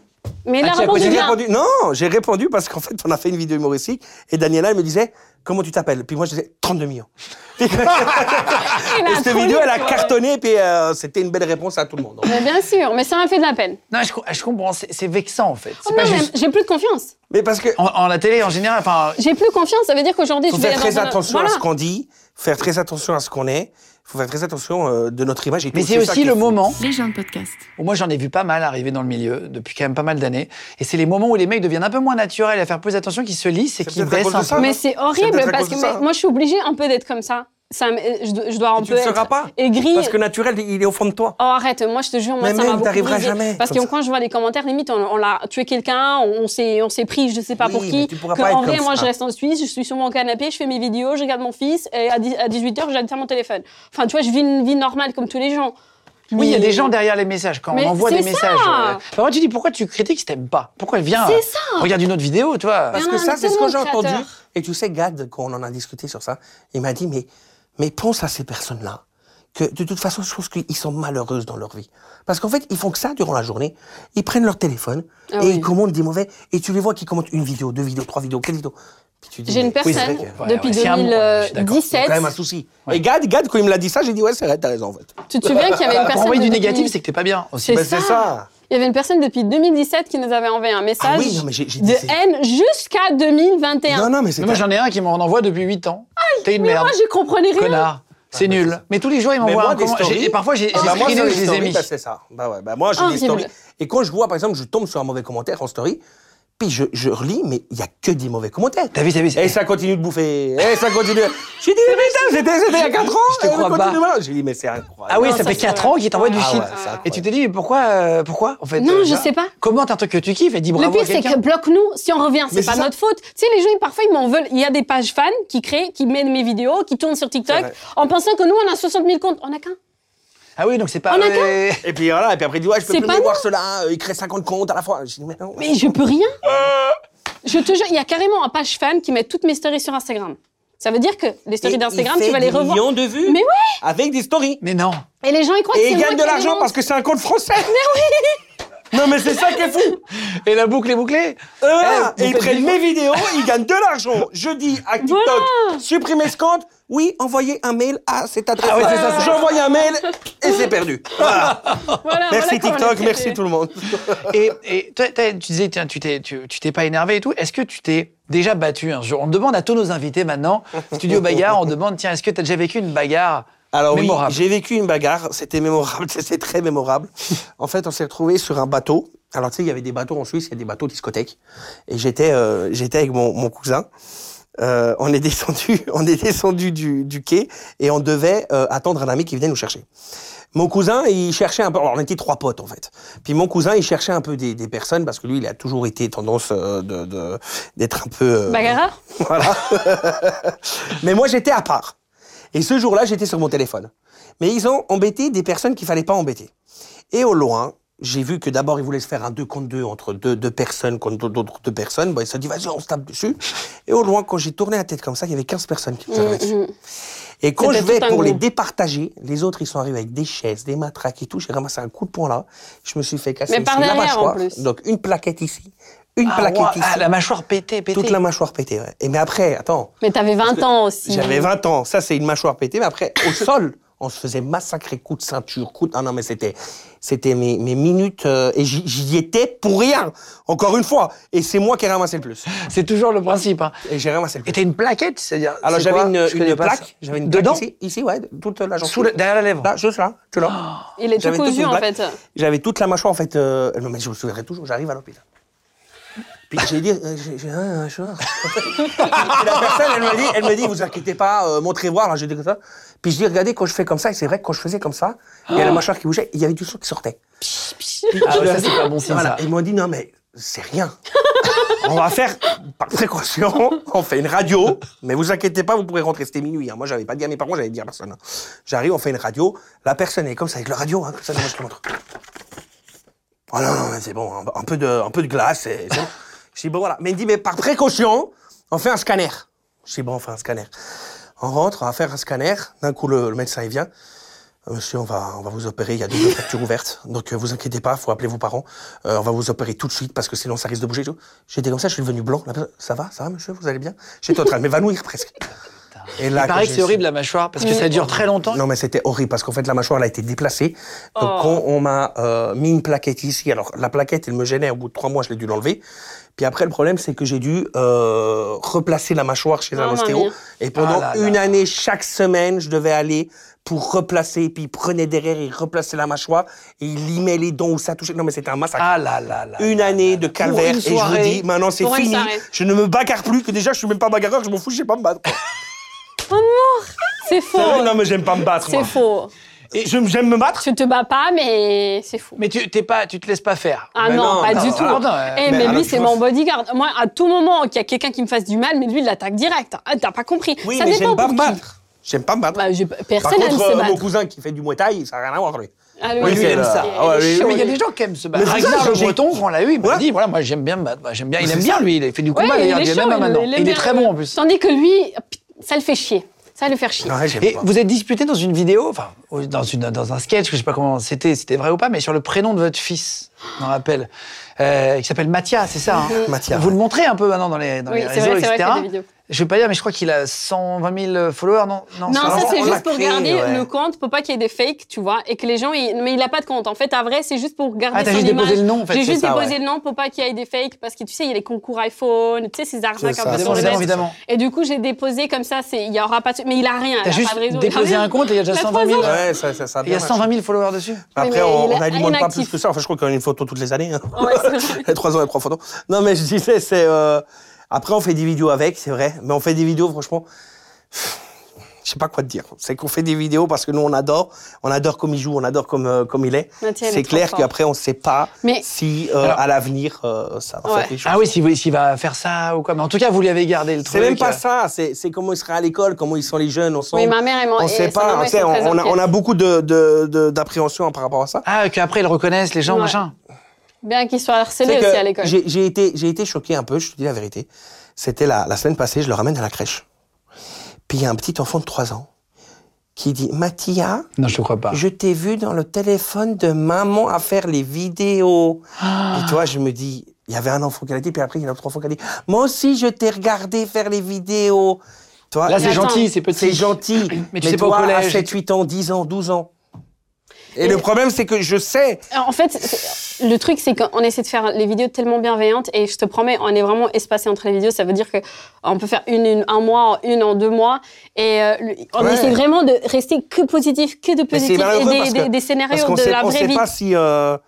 Mais il Ah, a tu as posé répondu J'ai bien. répondu. Non, j'ai répondu parce qu'en fait, on a fait une vidéo humoristique et Daniela, elle me disait Comment tu t'appelles Puis moi, je disais 32 millions. et Il a cette trop vidéo, lu, elle a Ah, tu vois. cartonné, puis euh, c'était une belle réponse à tout le monde. Mais bien sûr, mais ça m'a fait de la peine. Non, je, co- je comprends, c'est c'est vexant en fait. C'est Oh pas non, mais juste. J'ai plus de confiance. Mais parce que. En, en la télé en général, enfin. J'ai plus confiance, ça veut dire qu'aujourd'hui, faut je vais faire dans très un- attention à Voilà. ce qu'on dit, faire très attention à ce qu'on est, faut faire très attention euh, de notre image et tout. Mais c'est ça qui aussi est le fou. moment Les gens de podcast. où moi j'en ai vu pas mal arriver dans le milieu depuis quand même pas mal d'années. Et c'est les moments où les mecs deviennent un peu moins naturels à faire plus attention, qui se lissent et C'est qui peut-être à baissent cause de un ça, peu. non Mais c'est horrible peut-être à parce cause que de ça, mais hein. moi, je suis obligée un peu d'être comme ça. ça me- je, dois- je dois un Et tu peu ne être seras pas. aigrie. Parce que naturel, il est au fond de toi. Oh, arrête, moi, je te jure, moi, Mais ça même, m'a beaucoup t'arriveras brisé. jamais Parce que comme ça. quand je vois les commentaires, limite, on, on l'a tué quelqu'un, on, on s'est on s'est pris, je sais pas Oui, pour mais qui. tu pourras que pas en être vrai, comme moi, ça. je reste en Suisse, je suis sur mon canapé, je fais mes vidéos, je regarde mon fils, et à, 18h, j'allume mon téléphone. Enfin, tu vois, je vis une vie normale comme tous les gens. Oui, il y a Mais- des gens derrière les messages. Quand Mais on envoie des c'est messages. ça. euh, Parfois, tu dis pourquoi tu critiques si t'aimes pas Pourquoi elle vient C'est euh, ça. Regarde une autre vidéo, tu vois. Parce Il y en que a ça, c'est ce que tellement j'ai de entendu. créateurs. Et tu sais, Gad, quand on en a discuté sur ça, il m'a dit, mais, mais pense à ces personnes-là. Que de toute façon, je trouve qu'ils sont malheureuses dans leur vie. Parce qu'en fait, ils font que ça durant la journée. Ils prennent leur téléphone Ah et oui. ils commentent des mauvais. Et tu les vois qui commentent une vidéo, deux vidéos, trois vidéos, quatre vidéos. Puis tu dis, J'ai une mais oui, c'est personne vrai que- Ouais, depuis euh, ouais, c'est un mot, ouais, je suis d'accord. Il y a 2017. quand même un souci. Et Gad, Gad, quand il me l'a dit ça, j'ai dit, ouais, c'est vrai, t'as raison, en fait. Tu te souviens qu'il y avait une Pour personne. envoyer du depuis- négatif, c'est que t'es pas bien aussi. C'est Ben, ça. c'est ça. Il y avait une personne depuis 2017 qui nous avait envoyé un message Ah oui, non, mais j'ai- j'ai de dit c'est- haine jusqu'à 2021. Non, non, mais c'est Mais Moi, j'en ai un qui m'en envoie depuis 8 ans. T'es une Ah, mais merde. moi, je comprenais rien. Connard. C'est mais Ah, bah, c'est nul. ça. Mais tous les jours, il Mais m'envoie moi, un des comment- stories- j'ai- Et parfois, Ah, j'ai j'ai Bah, moi, screené, sur les je les ai stories, mis. bah, c'est ça. Bah ouais, bah moi, j'ai des Horrible. stories. Et quand je vois, par exemple, je tombe sur un mauvais commentaire en story, puis je, je relis, mais il n'y a que des mauvais commentaires. T'as vu, t'as vu, c'est- Et ça continue de bouffer. Et ça continue. J'ai dit, mais putain, c'était c'était il y a 4 ans. Je te et on crois continue pas. maintenant. J'ai dit, mais c'est incroyable. Ah oui, Non, ça ça, fait c'est 4 vrai. ans qu'il t'envoie du Ah shit. ouais, c'est incroyable. Et tu te dis, mais pourquoi, euh, pourquoi, en fait Non, euh, je ça sais pas. Commente un truc que tu kiffes et dis Le bravo à pire, c'est quelqu'un. que bloque-nous. Si on revient, Mais c'est c'est pas ça. notre faute. Tu sais, les gens, ils- parfois, ils m'en veulent. Il y a des pages fans qui créent, qui mènent mes vidéos, qui tournent sur C'est TikTok, vrai. en pensant que nous, on a 60 000 comptes. On a qu'un. Ah oui, donc c'est pas. On a ouais. Et puis voilà, et puis après, il dit, ouais, je peux C'est plus pas me voir nous. cela. Euh, Il crée 50 comptes à la fois. J'ai dit, mais non. Mais je peux rien. je te jure, il y a carrément un page fan qui met toutes mes stories sur Instagram. Ça veut dire que les Et stories il d'Instagram, fait tu vas les des revoir. millions de vues. Mais ouais. Avec des stories. Mais non. Et les gens, ils croient que Et c'est il moi gagne qui de ai l'argent les parce que c'est un compte français. Non, mais c'est ça qui est fou. Et la boucle est bouclée Euh, Voilà. Eh, vous et ils faites prennent des- mes vidéos, ils gagnent de l'argent. Je dis à TikTok, supprimez ce compte. Oui, envoyez un mail à cette adresse. Ah ouais, c'est ça, Ah c'est- J'envoie un mail et c'est perdu. Voilà. Voilà, merci voilà comment on TikTok, est merci traité. tout le monde. Et, et toi, t'as- tu disais, tiens, tu t'es, tu, tu t'es pas énervé et tout. Est-ce que tu t'es déjà battu un jour On demande à tous nos invités maintenant, studio bagarre, on demande, tiens, est-ce que t'as déjà vécu une bagarre Alors oui, Mémorable. j'ai vécu une bagarre, c'était mémorable, c'était très mémorable. en fait, on s'est retrouvés sur un bateau. Alors tu sais, il y avait des bateaux en Suisse, il y a des bateaux discothèques. Et j'étais euh, j'étais avec mon, mon cousin. Euh, on est descendu, on est descendu du, du quai et on devait euh, attendre un ami qui venait nous chercher. Mon cousin, il cherchait un peu. Alors, on était trois potes en fait. Puis mon cousin, il cherchait un peu des, des personnes parce que lui, il a toujours été tendance euh, de de- d'être un peu euh, Bagarreur voilà. Mais moi, j'étais à part. Et ce jour-là, j'étais sur mon téléphone. Mais ils ont embêté des personnes qu'il fallait pas embêter. Et au loin, j'ai vu que d'abord, ils voulaient se faire un deux contre deux entre deux, deux personnes contre d'autres deux personnes. Bon, ils se sont dit, vas-y, on se tape dessus. Et au loin, quand j'ai tourné la tête comme ça, il y avait 15 personnes qui me Mhm, tournaient dessus. mhm. Et quand C'était je vais tout un pour les groupe. départager, les autres, ils sont arrivés avec des chaises, des matraques et tout. J'ai ramassé un coup de poing là. Je me suis fait casser Mais par ici la derrière, en mâchoire. plus. Donc, une plaquette ici, une Ah, plaquette ouah, ici. ah, la mâchoire pétée, pétée. Toute la mâchoire pétée, ouais. Et mais après, attends, Mais t'avais 20 ans aussi. j'avais 20 ans, ça c'est une mâchoire pétée, mais après, au sol, on se faisait massacrer coup de ceinture, coup de... Ah non, mais c'était, c'était mes, mes minutes, euh, et j'y- j'y étais pour rien, encore une fois. Et c'est moi qui ai ramassé le plus. C'est toujours le principe. Hein. Et j'ai ramassé le Et plus. t'as une plaquette, c'est-à-dire. Alors c'est j'avais quoi une, Je connais une pas ça. plaque, j'avais une plaque Dedans ici, ici, ouais, toute la jambe. Sous Oh, la- Derrière la lèvre. Là, juste là, tu l'as. Il est tout J'avais toute cousu une en plaque. fait. J'avais toute la mâchoire en fait. euh, non, mais je me souviendrai toujours. J'arrive à l'hôpital. Puis j'ai dit, euh, j'ai j'ai un mâchoire. Puis la personne, elle me dit, elle me dit, vous inquiétez pas, euh, montrez-moi. Alors j'ai dit comme ça. Puis je dis, regardez, quand je fais comme ça, et c'est vrai que quand je faisais comme ça, il y a la mâchoire qui bougeait, il y avait du sang qui sortait. Ah, ouais, ça, c'est pas bon signe, Voilà. ça. Et ils m'ont dit, non mais c'est rien. on va faire par précaution, on fait une radio, mais vous inquiétez pas, vous pourrez rentrer, c'était minuit. hein. Moi, j'avais pas dit à mes parents, j'avais dit à personne. hein. J'arrive, on fait une radio, la personne est comme ça avec la radio, hein, comme ça, moi je te montre. Oh non, non, mais c'est bon, un, un peu de, un peu de glace, et c'est bon. Je dis, bon, voilà. Mais il me dit, mais par précaution, on fait un scanner. Je dis, bon, on fait un scanner. On rentre, on va faire un scanner. D'un coup, le, le médecin, il vient. Euh, Monsieur, on va, on va vous opérer, il y a deux fractures ouvertes. Donc, euh, vous inquiétez pas, faut appeler vos parents. Euh, on va vous opérer tout de suite parce que sinon, ça risque de bouger. et tout. J'étais comme ça, je suis devenu blanc. La personne, ça va, ça va, monsieur, vous allez bien J'étais en train de m'évanouir presque. Et Il quand paraît que j'ai c'est horrible la mâchoire parce que ça dure très longtemps. non, mais c'était horrible parce qu'en fait, la mâchoire, elle a été déplacée. Donc, Oh. quand on m'a euh, mis une plaquette ici, alors la plaquette, elle me gênait. Au bout de trois mois, je l'ai dû l'enlever. Puis après, le problème, c'est que j'ai dû euh, replacer la mâchoire chez un Mamma ostéo. mia. Et pendant Ah là là. une année, chaque semaine, je devais aller pour replacer. Puis il prenait derrière, il replaçait la mâchoire et il limait les dents où ça touchait. Non, mais c'était un massacre. Ah là là là. Une là année là de là. Pour calvaire une et je vous soirée. dis maintenant c'est Pour une fini. soirée. Je ne me bagarre plus que déjà je suis même pas bagarreur, je m'en fous, je sais pas me battre. C'est faux. non mais j'aime pas me battre. Oh. C'est moi. faux. Et je- j'aime me battre. Tu te bats pas, mais c'est faux. Mais tu t'es pas, tu te laisses pas faire. Ah Ben non, non, pas non, du non, tout. non, non, Eh, mais mais lui, alors, c'est je mon pense- bodyguard. Moi, à tout moment qu'il y a quelqu'un qui me fasse du mal, mais lui, il l'attaque direct. Ah, t'as pas compris. Oui, ça mais dépend j'aime pas pour me qui. battre. J'aime pas me battre. Bah, j'ai- Par Personne n'aime contre, se euh, mon battre. cousin qui fait du Muay Thai, ça n'a rien à voir lui. Ah, lui, Oui, Oui, lui, il c'est aime le- ça. ah ouais, il est oui, chaud, Mais il y a lui. des gens qui aiment se battre. Mais c'est Ragnar ça, le j'ai- Breton, on l'a eu, il m'a Ouais. dit voilà, moi j'aime bien me battre. Moi, J'aime bien, il aime bien lui, il fait du Ouais, combat d'ailleurs, il il est aime chaud, même maintenant. il est Il est bien. très bon en plus. Tandis que lui, ça le fait chier. Ça le fait chier. Ouais, j'aime Et pas. vous êtes disputé dans une vidéo, enfin, au- dans, une, dans un sketch, je sais pas comment c'était, c'était vrai ou pas, mais sur le prénom de votre fils, je m'en rappelle, euh, qui s'appelle Mathia, c'est ça hein Mathia, Vous le montrez un peu maintenant dans les, dans Oui, les c'est réseaux, vrai, c'est etc. vrai qu'il y a des vidéos. je vais pas dire, mais je crois qu'il a 120 000 followers, non Non, va. ça on- c'est on l'a juste pour créé, garder ouais. le compte, pour pas qu'il y ait des fakes, tu vois, et que les gens, ils- mais il a pas de compte. En fait, à vrai, c'est juste pour garder Ah, t'as son juste image. déposé le nom, en fait, J'ai c'est juste ça, déposé ouais. le nom pour pas qu'il y ait des fakes, parce que tu sais, il y a les concours iPhone, tu sais, ces arnaques ça. un peu sur Évidemment, le évidemment, net. évidemment. Et du coup, j'ai déposé comme ça, c'est, il y aura pas de, mais il a rien. il T'as a juste pas de réseau, il a déposé rien. un compte et il y a déjà Il 120 a trois 000. ans. Ouais, ça, ça, ça a Il y bien a marché. 120 000 followers dessus. Oui, mais Après, il on, est on alimente pas inactif. plus que ça. Enfin, je crois qu'on a une photo toutes les années. hein. Ouais, c'est vrai. Et trois ans et trois photos. Non, mais je disais, c'est. euh, Après, on fait des vidéos avec, c'est vrai. Mais on fait des vidéos, franchement. Je sais pas quoi te dire. C'est qu'on fait des vidéos parce que nous, on adore. On adore comme il joue, on adore comme, euh, comme il est. Mathia, il est C'est trop clair fort. qu'après, on sait pas Mais- si, euh, Alors- à l'avenir, euh, ça va Ouais. faire quelque chose. Ah oui, s'il s'il va faire ça ou quoi. Mais en tout cas, vous lui avez gardé le truc. C'est même pas euh, ça, c'est c'est comment ils seraient à l'école, comment ils sont les jeunes ensemble. Oui, ma mère, elle m'en- On sait et sa maman, pas, elles tu sais, sont on, très on a, on a inquiètes. beaucoup d'appréhension de, d'appréhension par rapport à ça. Ah, qu'après ils le reconnaissent, les gens, Ouais. machin. Bien qu'il soit harcelé C'est que aussi à l'école. J'ai j'ai été, j'ai été choqué un peu, je te dis la vérité. C'était la, la semaine passée, je le ramène à la crèche. Puis il y a un petit enfant de 3 ans qui dit Mathia, Non, je te crois pas. je t'ai vu dans le téléphone de maman à faire les vidéos. Ah. Et toi, je me dis, il y avait un enfant qui l'a dit, puis après, il y a un autre enfant qui a dit Moi aussi, je t'ai regardé faire les vidéos. Toi, Là, c'est Attends. gentil, c'est petit. C'est gentil. Mais tu sais pas au toi, collège. à 7, 8 ans, 10 ans, 12 ans. Et, le problème, c'est que je sais. Alors, En fait, c'est- le truc, c'est qu'on essaie de faire les vidéos tellement bienveillantes et je te promets, on est vraiment espacé entre les vidéos. Ça veut dire que on peut faire une, une un mois, une en deux mois. Et euh, le- on Ouais. essaie vraiment de rester que positif, que de Mais c'est positif et malheureux des, parce que- des- des parce scénarios qu'on de sait- la on vraie sait vie. pas si, euh,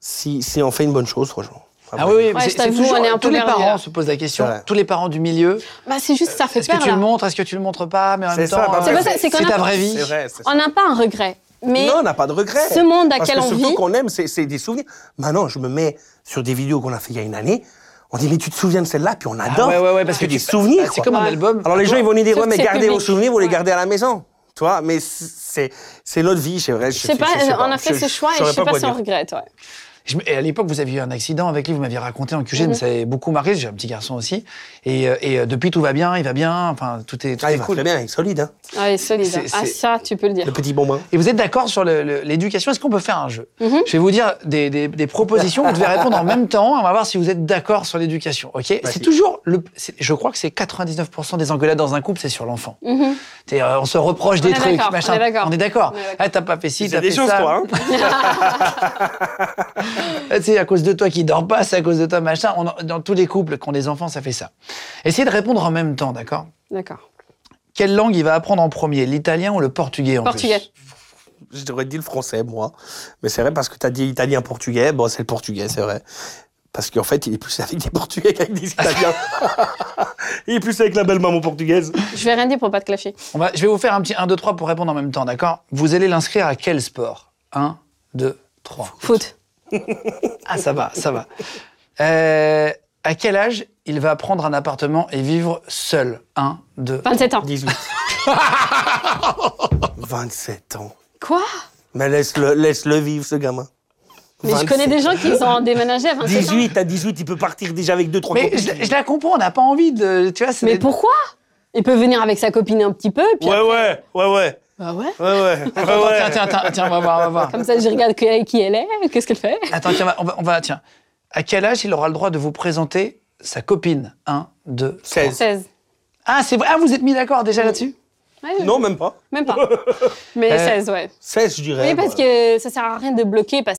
si, si on fait une bonne chose, franchement. Ah oui, oui, Ouais, c'est- je c'est t'avoue, toujours- on est un tous peu les perdus, parents là. se posent la question, C'est vrai. tous les parents du milieu. Bah, c'est juste, ça fait Est-ce que peur. tu le là. montres Est-ce que tu le montres pas Mais en C'est même ça, temps, bah, euh, ouais. C'est pas ça, c'est qu'on a- ta vraie vie. C'est vrai. c'est ça. On n'a pas un regret, mais Non, on n'a pas de regret. ce monde à Parce quel que on surtout vit- qu'on aime, c'est c'est des souvenirs. Maintenant, je me mets sur des vidéos qu'on a fait il y a une année. On dit, mais tu te souviens de celle-là Puis on adore. Ah ouais, ouais, ouais, parce C'est que des tu- souvenirs. bah, c'est quoi. comme un album. Alors les gens, ils vont nous dire, Sauf ouais, mais que c'est gardez vos public. souvenirs, vous les Ouais. gardez à la maison. Tu vois, mais c'est c'est notre vie, c'est vrai. Je je sais pas, euh, je sais on a fait Je- ce choix et je saurais sais pas, quoi si on dire. regrette. ouais. Je me- et à l'époque, vous aviez eu un accident avec lui, vous m'aviez raconté en QG, Mhm. mais ça avait beaucoup marqué. J'ai un petit garçon aussi. Et, euh, et, euh, depuis, tout va bien, il va bien, enfin, tout est, tout Ah, est il va cool. très bien, il est solide. Hein. Ah, il est solide. C'est- hein. c'est- Ah, ça, tu peux le dire. Le petit bonbon. Et vous êtes d'accord sur le- le- l'éducation Est-ce qu'on peut faire un jeu Mhm. Je vais vous dire des, des- des propositions. Vous devez répondre en même temps. On va voir si vous êtes d'accord sur l'éducation. Ok C'est toujours le. c'est- Je crois que c'est 99% des engueulades dans un couple, c'est sur l'enfant. Mhm. C'est, euh, on se reproche des est trucs. d'accord, on machin. est d'accord. On est d'accord. On est d'accord. Ah, t'as pas fait ci, C'est t'as des fait choses, ça. toi. Hein Ah, C'est à cause de toi qui dors pas, c'est à cause de toi machin. On en- dans tous les couples qui ont des enfants, ça fait ça. Essayez de répondre en même temps, d'accord D'accord. Quelle langue il va apprendre en premier L'italien ou le portugais en plus Portugais. Je devrais dire le français, moi. Mais c'est vrai, parce que tu as dit italien-portugais. Bon, c'est le portugais, c'est vrai. Parce qu'en fait, il est plus avec des portugais qu'avec des italiens. il est plus avec la belle-maman portugaise. Je vais rien dire pour pas te clasher. On va- je vais vous faire un petit 1, 2, 3 pour répondre en même temps, d'accord Vous allez l'inscrire à quel sport 1, 2, 3. Foot. Ah, ça va, ça va. Euh, à quel âge il va prendre un appartement et vivre seul 1, 2. 27 ans. 18. 27 ans. Quoi Mais laisse-le laisse -le vivre, ce gamin. Mais je connais des gens qui ont déménagé à 27 ans. 18, à 18, il peut partir déjà avec 2-3 Mais je, je la comprends, on n'a pas envie de. Tu vois, c'est Mais des- pourquoi Il peut venir avec sa copine un petit peu. et Puis Ouais, ouais, ouais, ouais. Bah ouais. Ouais, ouais. Attends, tiens, tiens, tiens, tiens, on va voir, on va voir. Comme ça, je regarde qui qui elle est, qu'est-ce qu'elle fait. Attends, tiens, on va, on va- tiens. À quel âge il aura le droit de vous présenter sa copine 1, 2. 16. 16. Ah, c'est vrai. Ah, vous êtes mis d'accord déjà là-dessus Ouais, Non, même pas. Même pas. Mais Euh, 16, ouais. 16, je dirais. Oui, parce Ouais. que ça sert à rien de bloquer parce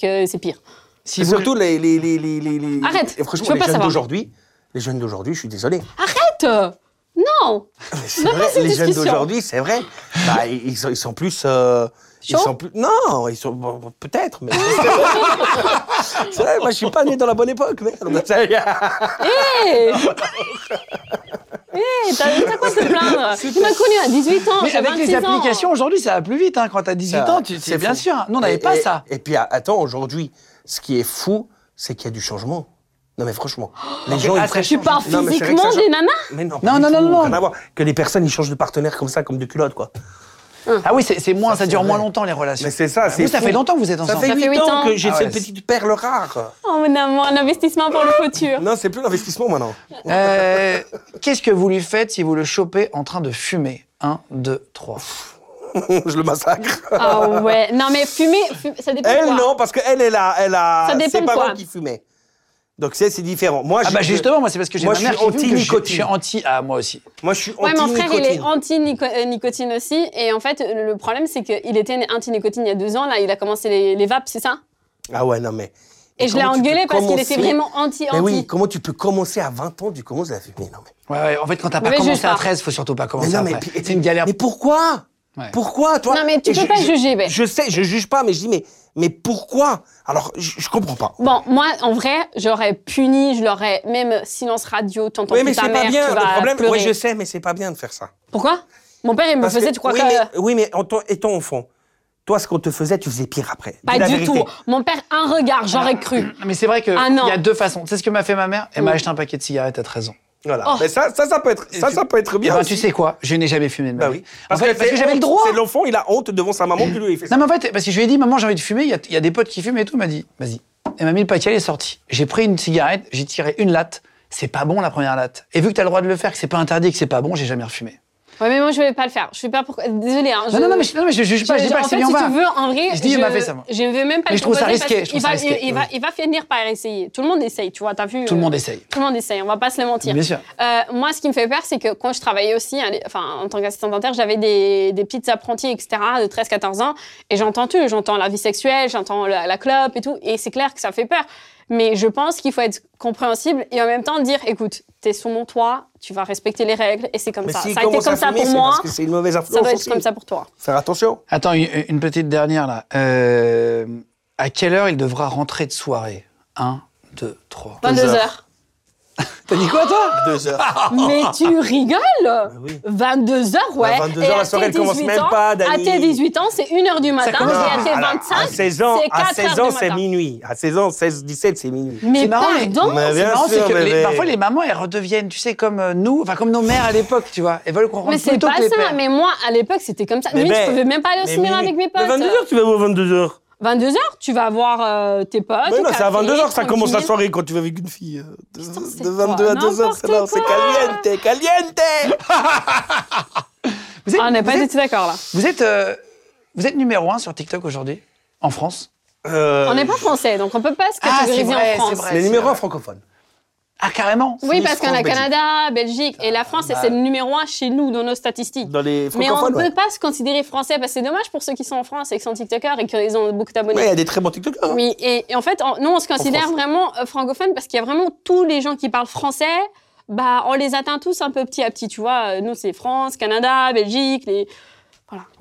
que c'est pire. si Et vous- surtout, les, les, les, les, les- les- Arrête, et je franchement, veux les pas jeunes savoir. d'aujourd'hui, les jeunes d'aujourd'hui, je suis désolé. Ah, Arrête Non C'est Non, non, vrai, c'est une les jeunes discussion. d'aujourd'hui, c'est vrai. Bah, ils, ils sont, ils sont plus. euh, ils Chaud sont plus. Non, ils sont. bon, bon, Peut-être, mais. c'est vrai, moi, je suis pas né dans la bonne époque, merde. Ça y est. Hé Hé, t'as t'as quoi à te plaindre Tu m'as connu à 18 ans, Mais j'avais avec 26 les ans. applications aujourd'hui, ça va plus vite. hein. Quand t'as 18 Ça, ans, tu, c'est c'est bien fou. sûr. Nous, on n'avait Et- pas et- ça. Et puis, attends, aujourd'hui, ce qui est fou, c'est qu'il y a du changement. Non, mais franchement, les gens. ah, ils ça prennent- change. Tu Par Non, mais c'est vrai que physiquement ça des nanas change. Mais non, Non, pas non, du non, tout, non, rien non. à voir. Que les personnes, ils changent de partenaire comme ça, comme de culotte, quoi. Ah oui, c'est c'est moins, ça, c'est dure moins vrai. longtemps les relations. Mais c'est ça, c'est Vous, ça fou. fait longtemps que vous êtes Ça ensemble. fait fait 8 huit ans ans. que j'ai Ah ouais, cette c'est- petite perle rare. Oh mon amour, un investissement pour le Hein futur. Non, c'est plus l'investissement maintenant. Euh, Qu'est-ce que vous lui faites si vous le chopez en train de fumer 1, 2, 3. je le massacre. Ah ouais, non mais fumer, fumer, ça dépend Elle, quoi. non, parce qu'elle, elle a, elle a Ça dépend ses de parents quoi. qui fumaient. Donc, c'est c'est différent. Moi, Ah je- bah justement, moi c'est parce que j'ai Moi, ma je mère suis qui fume que je- anti-nicotine. Je suis anti. Ah moi aussi. Moi, je suis Ouais, mon frère, il est anti-nicotine. anti-nicotine aussi. Et en fait, le le problème, c'est qu'il était anti-nicotine il y a deux ans. Là, il a commencé les, les vapes, c'est ça Ah ouais, non, mais. Et je l'ai comment tu engueulé peux parce qu'il était commencer- vraiment anti-anti. Mais oui, comment tu peux commencer à 20 ans, tu commences à fumer Non, mais, Ouais, ouais, en fait, quand t'as pas Mais je commencé juge à pas. 13, faut surtout pas mais commencer non, à mais. après. puis- C'est une galère. Mais pourquoi Ouais. Pourquoi, toi Non, mais tu Et peux je- pas je- juger, ben. Je sais, je juge pas, mais je dis, mais, mais pourquoi Alors, je, je comprends pas. Bon, moi, en vrai, j'aurais puni, je l'aurais même silence radio, t'entends Oui, plus mais ta c'est mère, pas bien. tu Le vas problème, pleurer. oui, je sais, mais c'est pas bien de faire ça. Pourquoi Mon père, il me Parce faisait, que- tu crois oui, que... mais, Oui, mais en, tant- étant enfant, toi, ce qu'on te faisait, tu faisais pire après. Dis Pas la du vérité. tout. Mon père, un regard, j'aurais cru. Mais c'est vrai qu'il Ah non. y a deux façons. Tu sais ce que m'a fait ma mère Elle m'a Mm. acheté un paquet de cigarettes à 13 ans. Voilà. Oh. Mais ça, ça, ça peut être, ça, ça peut être bien. Ah bah, aussi. tu sais quoi Je n'ai jamais fumé de ma Bah vie. oui. En fait, parce c'est que j'avais le honte, droit. C'est l'enfant, il a honte devant sa maman qui lui a fait ça. Non, mais en fait, parce que je lui ai dit, maman, j'ai envie de fumer, il y a- il y, a des potes qui fument et tout. Elle m'a dit, vas-y. Elle m'a mis le paquet, elle est sortie. J'ai pris une cigarette, j'ai tiré une latte. C'est pas bon la première latte. Et vu que t'as le droit de le faire, que c'est pas interdit, que c'est pas bon, j'ai jamais refumé. Ouais, mais moi, je vais pas le faire. Je sais pas pourquoi. Désolée. Hein, je... Non, non, non, mais je, non, mais je juge pas, je, Je- dis pas en que c'est fait, bien si ou pas. tu veux, en vrai, Je dis, il m'a fait ça, moi. Je ne veux même pas. Mais je te trouve ça proposer risqué, parce je qu'il trouve ça va- il- risqué, Il va, oui. il va finir par essayer. Tout le monde essaye, tu vois. T'as vu Tout euh, le monde essaye. Tout le monde essaye. On va pas se le mentir. Bien sûr. Euh, moi, ce qui me fait peur, c'est que quand je travaillais aussi, à l'é- enfin, en tant qu'assistante dentaire, j'avais des, des petites apprentis, etc., de 13-14 ans, et j'entends tout. J'entends la vie sexuelle, j'entends la, la clope et tout, et c'est clair que ça fait peur. Mais je pense qu'il faut être compréhensible et en même temps dire, écoute, t'es sous mon toit, tu vas respecter les règles, et c'est comme Mais ça. s'il Ça a été commence comme à ça fumer, pour c'est moi, parce que c'est une mauvaise influence. ça doit être aussi. comme ça pour toi. Faire attention. Attends, une, une petite dernière là. Euh, à quelle heure il devra rentrer de soirée 1, 2, 3. Deux 22 heures. heures. T'as dit quoi toi Ah, Deux heures. Mais tu rigoles Bah oui. 22h, ouais. Bah, 22 Et heures, à la soirée, tes elle commence 18 même ans- pas, À Dani. tes 18 ans, c'est 1h du matin. commence- Et à tes Alors, 25, à 16 ans, c'est 4 à 16 ans, heures du c'est matin. minuit. À 16 ans, 16, 17, c'est minuit. C'est Mais marrant, mais- pardon Mais C'est Eh bien marrant, c'est sûr, que mais- les- mais- parfois les mamans elles redeviennent, tu sais, comme euh, nous, enfin comme nos mères à l'époque, tu vois. Elles veulent qu'on rentre Mais plus c'est tôt pas que les ça. pères. Mais moi, à l'époque, c'était comme ça. Mais Mais ben, je pouvais même pas aller au mais cinéma minuit. avec mes Mais potes. 22 heures, tu vas où à 22 heures 22h, tu vas voir euh, tes potes. Mais au Bah non, c'est à café, 22 heures que ça commence la tranquille. soirée quand tu vas avec une fille. euh, De, c'est de 22 à quoi, 2 heures, c'est non, n'importe c'est quoi. caliente, caliente Vous êtes- Ah, on n'est vous pas êtes- du tout d'accord là. Vous êtes, euh, vous êtes numéro un sur TikTok aujourd'hui En France Euh, On n'est pas français, donc on peut pas se catégoriser en France. Les numéros un francophones. Ah, carrément Oui, parce France, qu'on a Belgique. Canada, Belgique Ah, et la France, et c'est le numéro un chez nous dans nos statistiques. Dans les Mais on francophones, ne ouais. peut pas se considérer français parce que c'est dommage pour ceux qui sont en France et qui sont TikTokers et qui ont beaucoup Ouais, il d'abonnés. y a des très bons TikTokers. hein. Oui, et, et en fait, on- nous, on se considère France. vraiment euh, francophone parce qu'il y a vraiment tous les gens qui parlent français. Bah, on les atteint tous un peu petit à petit, tu vois. Euh, Nous, c'est France, Canada, Belgique, les...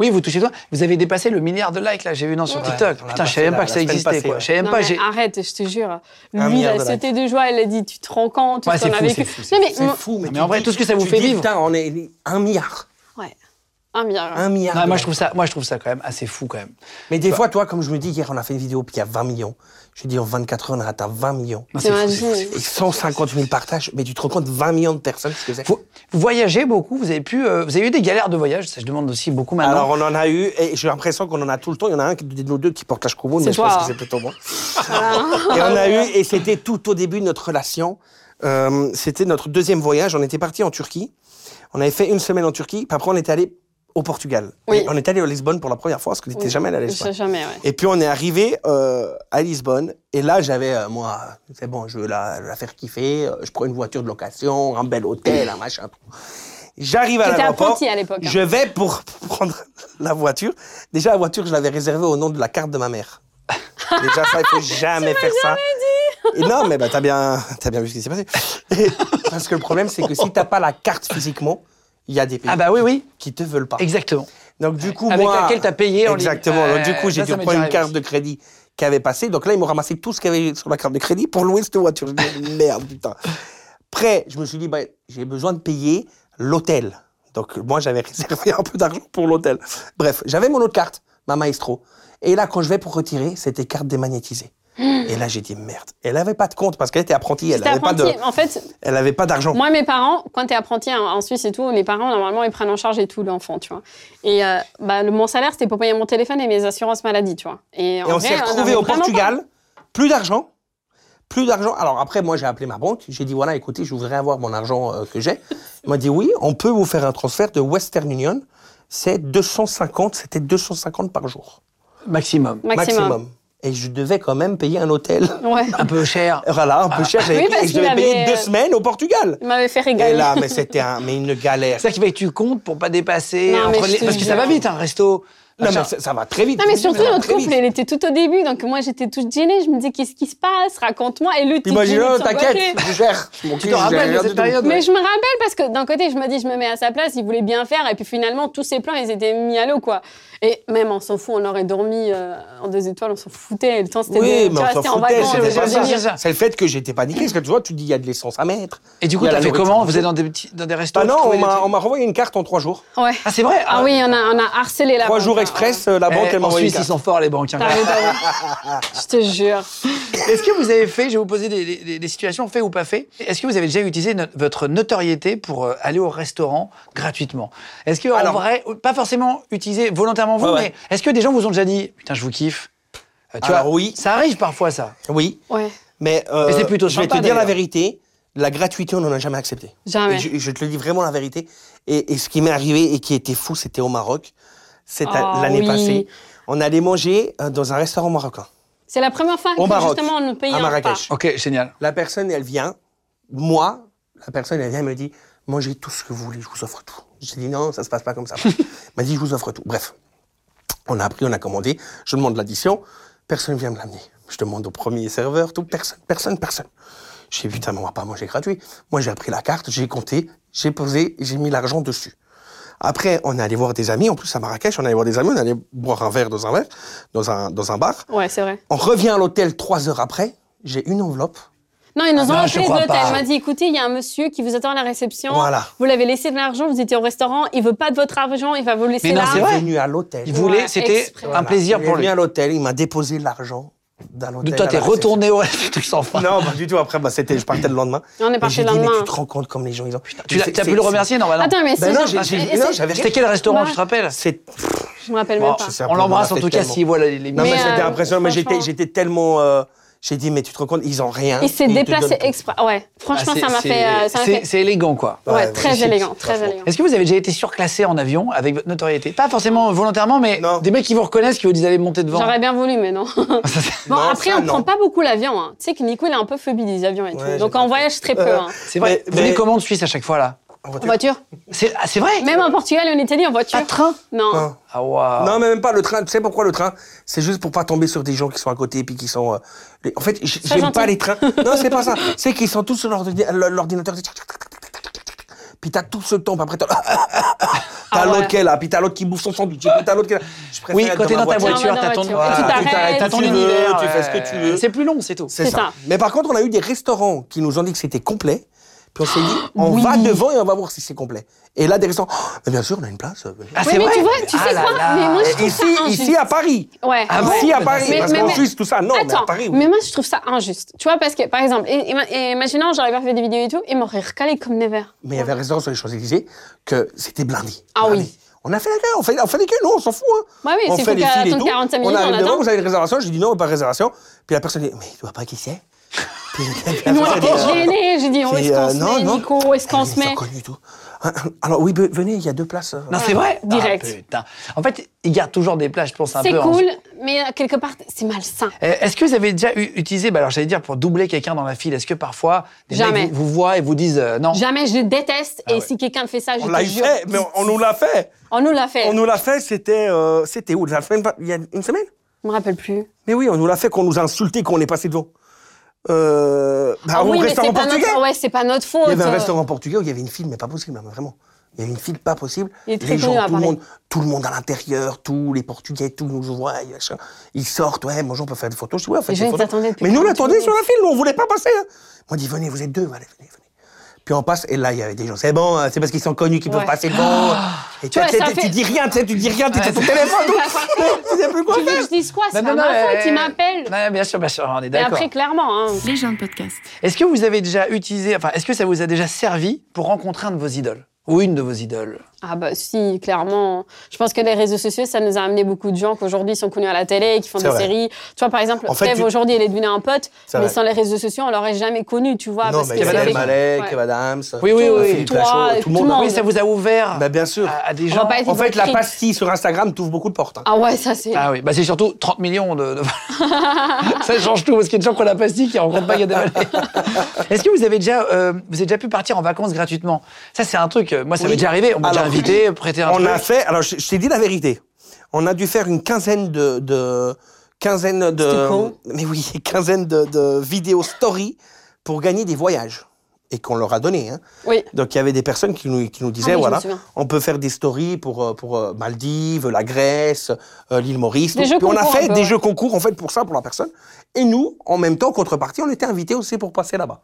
Oui, vous touchez toi. Vous avez dépassé le milliard de likes, là, j'ai vu, non, sur Ouais, TikTok. on l'a Putain, je passé savais même la- pas que la ça semaine existait, passée, quoi. ouais. Je savais même Non, pas. mais ah, j'ai- arrête, je te jure. Un Lui, il milliard a de sauté de joie, elle a dit, tu te rends compte, Ouais, tout ce c'est qu'on a fou, vécu. c'est fou, non, mais, C'est moi- fou, mais, mais tu en vrai, dis- tout ce que ça vous tu fait dis, vivre. Putain, on est un milliard. Ouais, un milliard. Un milliard. Non, de Ah, moi, je gens. trouve ça, moi, je trouve ça quand même assez fou, quand même. Mais des fois, toi, comme je me dis, hier, on a fait une vidéo, puis il y a 20 millions. Je dis, en 24 heures, on a atteint 20 millions. Non, Bah, c'est fou, c'est fou, c'est T'imagines. fou. Et 150 000 partages, mais tu te rends compte, 20 millions de personnes, ce que c'est. Vous, vous voyagez beaucoup, vous avez pu, euh, vous avez eu des galères de voyage, ça je demande aussi beaucoup maintenant. Alors, on en a eu, et j'ai l'impression qu'on en a tout le temps. Il y en a un qui- de nos deux qui porte la chevroune, C'est mais je toi. hein. Ah. pense que c'est plutôt moi. et on a eu, et c'était tout au début de notre relation. Euh, c'était notre deuxième voyage. On était parti en Turquie. On avait fait une semaine en Turquie, puis après, on était allé au Portugal. Oui. Et On est allé à Lisbonne pour la première fois, parce qu'on n'était jamais allé à Je Lisbonne. sais jamais, ouais. Et puis on est arrivé euh, à Lisbonne et là j'avais euh, moi c'est bon je veux la, la faire kiffer euh, je prends une voiture de location un bel hôtel un machin tout. J'arrive à T'étais l'aéroport apprenti à l'époque, hein. je vais pour prendre la voiture déjà la voiture je l'avais réservée au nom de la carte de ma mère déjà ça il faut jamais faire ça et non mais bah t'as bien t'as bien vu ce qui s'est passé Et- parce que le problème c'est que si t'as pas la carte physiquement il y a des pays Ah, bah oui, oui, qui te veulent pas exactement. donc du coup, Avec moi, laquelle t'as payé en ligne. Exactement. Euh, Donc du coup, j'ai ça, dû ça m'est prendre déjà une carte arrivé. de crédit qui avait passé. Donc là, ils m'ont ramassé tout ce qu'il y avait sur la carte de crédit pour louer cette voiture. Je me dis, merde, putain. Après, je me suis dit, bah, j'ai besoin de payer l'hôtel. Donc moi, j'avais réservé un peu d'argent pour l'hôtel. Bref, j'avais mon autre carte, ma maestro. Et là, quand je vais pour retirer, c'était carte démagnétisée. Et là, j'ai dit merde. Elle avait pas de compte parce qu'elle était apprentie. Elle J'étais avait pas de, apprenti. En fait, elle avait pas d'argent. Moi, mes parents, quand t'es apprenti en, en Suisse et tout, les parents, normalement, ils prennent en charge et tout l'enfant, tu vois. Et euh, bah, le, mon salaire, c'était pour payer mon téléphone et mes assurances maladie, tu vois. Et, en Et vrai, on euh, s'est avait retrouvés au vraiment Portugal, plus d'argent, plus d'argent. Alors après, moi, j'ai appelé ma banque, j'ai dit, voilà, écoutez, je voudrais avoir mon argent euh, que j'ai. Elle m'a dit, oui, on peut vous faire un transfert de Western Union. C'est 250, c'était 250 par jour, Maximum. pas- Maximum. maximum. Et je devais quand même payer un hôtel. Ouais. Un peu cher. Voilà, un peu cher, j'avais Ah. Oui, payé- parce et je devais qu'il payer avait, deux euh, semaines au Portugal. Il m'avait fait Et régaler. là, mais c'était un- mais une galère. C'est ça qui fait que tu comptes pour pas dépasser. Non, mais entre je les- te Parce que ça jure. va vite, un resto. Non, mais machin. ça, ça va très vite. Non, mais Ça va surtout, notre très vite. couple, il était tout au début. Donc, moi, j'étais toute gênée. Je me disais, qu'est-ce qui se passe Raconte-moi. Et lui, tu Imagine, tu- oh, tu- t'inquiète, je gère. Mon Tu te cul, je gère rappelles rien de du cette tout. période ouais. Mais je me rappelle parce que d'un côté, je me dis, je me mets à sa place, il voulait bien faire, et puis finalement, tous ses plans, ils étaient mis à l'eau, quoi. Et même, on s'en fout, on aurait dormi euh, en deux étoiles, on s'en foutait. Le temps, c'était Oui, des- mais tu vois, on s'en c'était en foutait, vacances, c'était le pas ça. délire. C'est le fait que j'étais paniqué, parce que tu vois, tu dis il y a de l'essence à mettre. Et du coup, il y a t'as la fait nourriture. comment Vous êtes dans des, petits, dans des restos Bah non, tu trouvais on des m'a- trucs on m'a renvoyé une carte en trois jours. Ouais. Ah, c'est vrai Ah, oui, on a, on a harcelé la Trois banque, jours hein. express, euh, la Eh, banque, elle m'a en Bah envoyé une Suisse, ils carte. sont forts, les banques. hein. T'as raison. Je te jure. Est-ce que vous avez fait, je vais vous poser des, des- des situations fait ou pas fait, est-ce que vous avez déjà utilisé no- votre notoriété pour euh, aller au restaurant gratuitement Est-ce que, en Alors- vrai, pas forcément utiliser volontairement vous, Ouais, ouais. mais est-ce que des gens vous ont déjà dit Putain, je vous kiffe Euh, tu Alors, vois, oui. Ça arrive parfois, ça. Oui, Ouais, mais, euh, Mais c'est plutôt je vais te sympa, dire la d'ailleurs. vérité, la gratuité, on n'en a jamais accepté. jamais. Et je, je te le dis vraiment la vérité. Et, et ce qui m'est arrivé et qui était fou, c'était au Maroc, cette a- Ah, l'année oui. passée. On allait manger euh, dans un restaurant marocain, C'est la première fois Au que Maroc, justement on nous paye à un repas. Marrakech. Ok, génial. La personne, elle vient, moi, la personne, elle vient, elle me dit, mangez tout ce que vous voulez, je vous offre tout. J'ai dit, non, ça se passe pas comme ça. elle m'a dit, je vous offre tout. Bref, on a appris, on a commandé, je demande l'addition, personne vient me l'amener. Je demande au premier serveur, tout, personne, personne, personne. J'ai dit, putain, mais on va pas manger gratuit. Moi, j'ai pris la carte, j'ai compté, j'ai posé, j'ai mis l'argent dessus. Après, on est allé voir des amis, en plus à Marrakech, on est allé voir des amis, on est allé boire un verre dans un verre, dans un, dans un bar. Ouais, c'est vrai. On revient à l'hôtel trois heures après, j'ai une enveloppe Non, Ah ils nous ont non, je appelé de crois l'hôtel. pas. Il m'a dit écoutez, il y a un monsieur qui vous attend à la réception. Voilà. Vous l'avez laissé de l'argent, vous étiez au restaurant, il veut pas de votre argent, il va vous laisser Mais non, là. c'est vrai. Il est venu à l'hôtel. Il voulait, Ouais, c'était exprès. un Voilà. plaisir Il pour est lui. venu à l'hôtel, il m'a déposé l'argent dans l'hôtel. Donc toi, à t'es la réception. retourné au truc sans fin. Non, pas du tout. Après, bah, c'était, je partais le lendemain. Et on est Et parti j'ai le dit, mais lendemain. tu te rends compte comme les gens, ils ont. Putain, Tu l'as- c'est- t'as c'est- pu le remercier normalement. Bah, Attends, mais Ben c'est non, genre- j'ai- j'ai- et non, c'est- Bah, j'avais- C'était quel restaurant, Ouais. je te rappelle C'est. Je me rappelle Bon, même pas. je sais. On l'embrasse en On a tout fait cas tellement. s'il voit les les Non, mais, Mais, messages. c'était euh, impressionnant. Mais j'étais, franchement- j'étais tellement. euh, j'ai dit, mais tu te rends compte, ils ont rien. Il s'est ils te déplacé donnent tout. exprès. Ouais, franchement, Ah, c'est- ça m'a c'est- fait. euh, ça m'a c'est- fait- C'est élégant, quoi. Ouais, Ouais, très ouais, élégant, c'est- très franchement. élégant. Est-ce que vous avez déjà été surclassé en avion avec votre notoriété Pas forcément volontairement, mais Non. des mecs qui vous reconnaissent, qui vous disent allez monter devant. J'aurais bien voulu, mais non. Bon, Non, après, ça, on non. prend pas beaucoup l'avion. hein. Tu sais que Nico, il a un peu phobie des avions et Ouais, tout. Donc, j'ai Euh. on voyage très peu. hein. C'est vrai. Mais- Vous venez mais- comment de Suisse à chaque fois là En En voiture. voiture. C'est ah, c'est vrai. Même en Portugal et en Italie, en voiture. Pas de train. Non. Non. Ah waouh. Non, mais même pas le train. Tu sais pourquoi le train C'est juste pour pas tomber sur des gens qui sont à côté et puis qui sont. euh, les- En fait, j- Sois j'aime pas gentil. les trains. Non, c'est pas ça. C'est qu'ils sont tous sur l'ordi- l'ordinateur. Puis t'as tout ce temps. Puis après, t'as t'as Ah ouais. l'autre qui est là. Puis t'as l'autre qui bouffe son sandwich. Puis t'as l'autre qui est là. Je préfère Oui, être quand t'es dans ta ma voiture, voiture. t'as ton, Et tu t'arrêtes, t'as ton tu veux, univers, tu fais ce ouais. que tu veux. C'est plus long, c'est tout. C'est C'est ça. ça. Mais par contre, on a eu des restaurants qui nous ont dit que c'était complet. Puis on s'est Ah, dit, on va devant et on va voir si c'est complet. Et là, des restaurants, oh, mais bien sûr, on a une place. venez. Ah, Oui, c'est mais vrai tu vois, tu Ah sais là quoi là. Mais moi, je trouve Ici, ça injuste. ici à Paris. Ouais. Ah bon Ici à Mais Paris. non, parce mais- qu'en mais- Suisse, tout ça, non, mais à Attends, Paris. oui. mais moi, je trouve ça injuste. Tu vois, parce que, par exemple, et- et ma- et imaginons, j'aurais pas fait des vidéos et tout, ils m'auraient recalé comme never. Mais il y avait un restaurant sur les Champs-Élysées que c'était blindé. Ah blindé. oui. On a fait la gueule, on fait, on fait les gueules, non, on s'en fout. Hein. Bah oui, on s'il fait faut les qu'à- files et attendre tout. 45 on minutes, on arrive devant, attend. vous avez une réservation, j'ai dit non, pas de réservation. Puis la personne dit, mais tu vois pas qui c'est Puis la Ils m'ont personne été dit, gênés. J'ai dit, oh, Puis, est-ce qu'on euh, se non, met, non. Nico Est-ce qu'on Ah, se mais ils met sont connus et tout. Ah, ah, Alors oui, venez, il y a deux places. euh, Non, c'est vrai. Direct. Ah, putain. En fait, ils gardent toujours des plages, je pense, un C'est peu. en- cool, mais euh, quelque part, c'est malsain. Euh, Est-ce que vous avez déjà eu- utilisé, bah alors j'allais dire pour doubler quelqu'un dans la file, est-ce que parfois des mecs Jamais. vous, vous voient et vous disent euh, non Jamais, je déteste. et Ah ouais. si quelqu'un fait ça, je On te l'a jure. fait, mais on, on nous l'a fait. On nous l'a fait. On nous l'a fait, c'était euh, c'était où la semaine, pa- Il y a une semaine Je me rappelle plus. Mais oui, on nous l'a fait, qu'on nous a insulté, qu'on est passé devant. Euh, bah, au Ah mais restaurant c'est pas portugais. notre, ouais, c'est pas notre faute. Il y avait un euh. restaurant portugais où il y avait une file, mais pas possible, hein, vraiment. Il y avait une file pas possible. Il est très les gens, connu à tout, le Paris. monde, tout le monde à l'intérieur, tous les Portugais, tous nous voient, machin. ils sortent, ouais, bonjour, on peut faire des photos. Je dis, ouais, on fait Les des gens, ils photos. t'attendaient depuis Mais nous, on 40 attendait minutes. sur la file, nous, on voulait pas passer. hein. Moi, on dit, venez, vous êtes deux, allez, venez, venez. Puis on passe, et là, il y avait des gens, c'est bon, hein, c'est parce qu'ils sont connus qu'ils Ouais. Oh peuvent passer devant. Et tu, vois, tu- ça tu- tu fait- dis rien, tu sais, tu dis rien, tu fais ton téléphone, C'est pas tout. tu sais plus quoi Tu veux que faire. je dise quoi C'est Non, pas non, ma non, faute, euh, il m'appelle. Ouais, bien sûr, bien sûr, on est Et d'accord. après, clairement, hein. Les gens de podcast. Est-ce que vous avez déjà utilisé, enfin, est-ce que ça vous a déjà servi pour rencontrer un de vos idoles ou une de vos idoles Ah bah si, clairement. Je pense que les réseaux sociaux, ça nous a amené beaucoup de gens qu'aujourd'hui sont connus à la télé, qui font C'est des vrai. séries. Tu vois, par exemple, En fait, Kev, tu- aujourd'hui, il est devenu un pote, C'est mais vrai. sans les réseaux sociaux, on l'aurait jamais connu, tu vois. parce que Kev c'est Adams, les- Malek, Ouais. Kev Adams, Oui, oui, oui. Philippe Toi, Lachaud, tout euh, le monde. monde. Oui, ça vous a ouvert Bah, bien sûr. à, à des On gens. va pas être En fait, la hypocrite. pastille sur Instagram t'ouvre beaucoup de portes. hein. Ah ouais, ça c'est... Ah oui, bah c'est surtout 30 millions de. de- ça change tout, parce qu'il y a des gens qui ont la pastille qui rencontrent pas Gad Elmaleh. Est-ce que vous avez déjà, euh, vous avez déjà pu partir en vacances gratuitement Ça, c'est un truc. euh, Moi, ça Oui. m'est déjà arrivé. On m'a déjà Alors, invité, prêté un On truc. a fait, alors je, je t'ai dit la vérité, on a dû faire une quinzaine de. de quinzaine de. C'était con. Mais oui, quinzaine de, de vidéos story pour gagner des voyages. Et qu'on leur a donné. Hein. Oui. Donc il y avait des personnes qui nous, qui nous disaient Ah oui, je me voilà, souviens. on peut faire des stories pour, euh, pour euh, Maldives, la Grèce, euh, l'île Maurice. Des Donc, jeux puis on a concours, fait un peu, des ouais. jeux concours en fait pour ça, pour la personne. Et nous, en même temps, en contrepartie, on était invités aussi pour passer là-bas.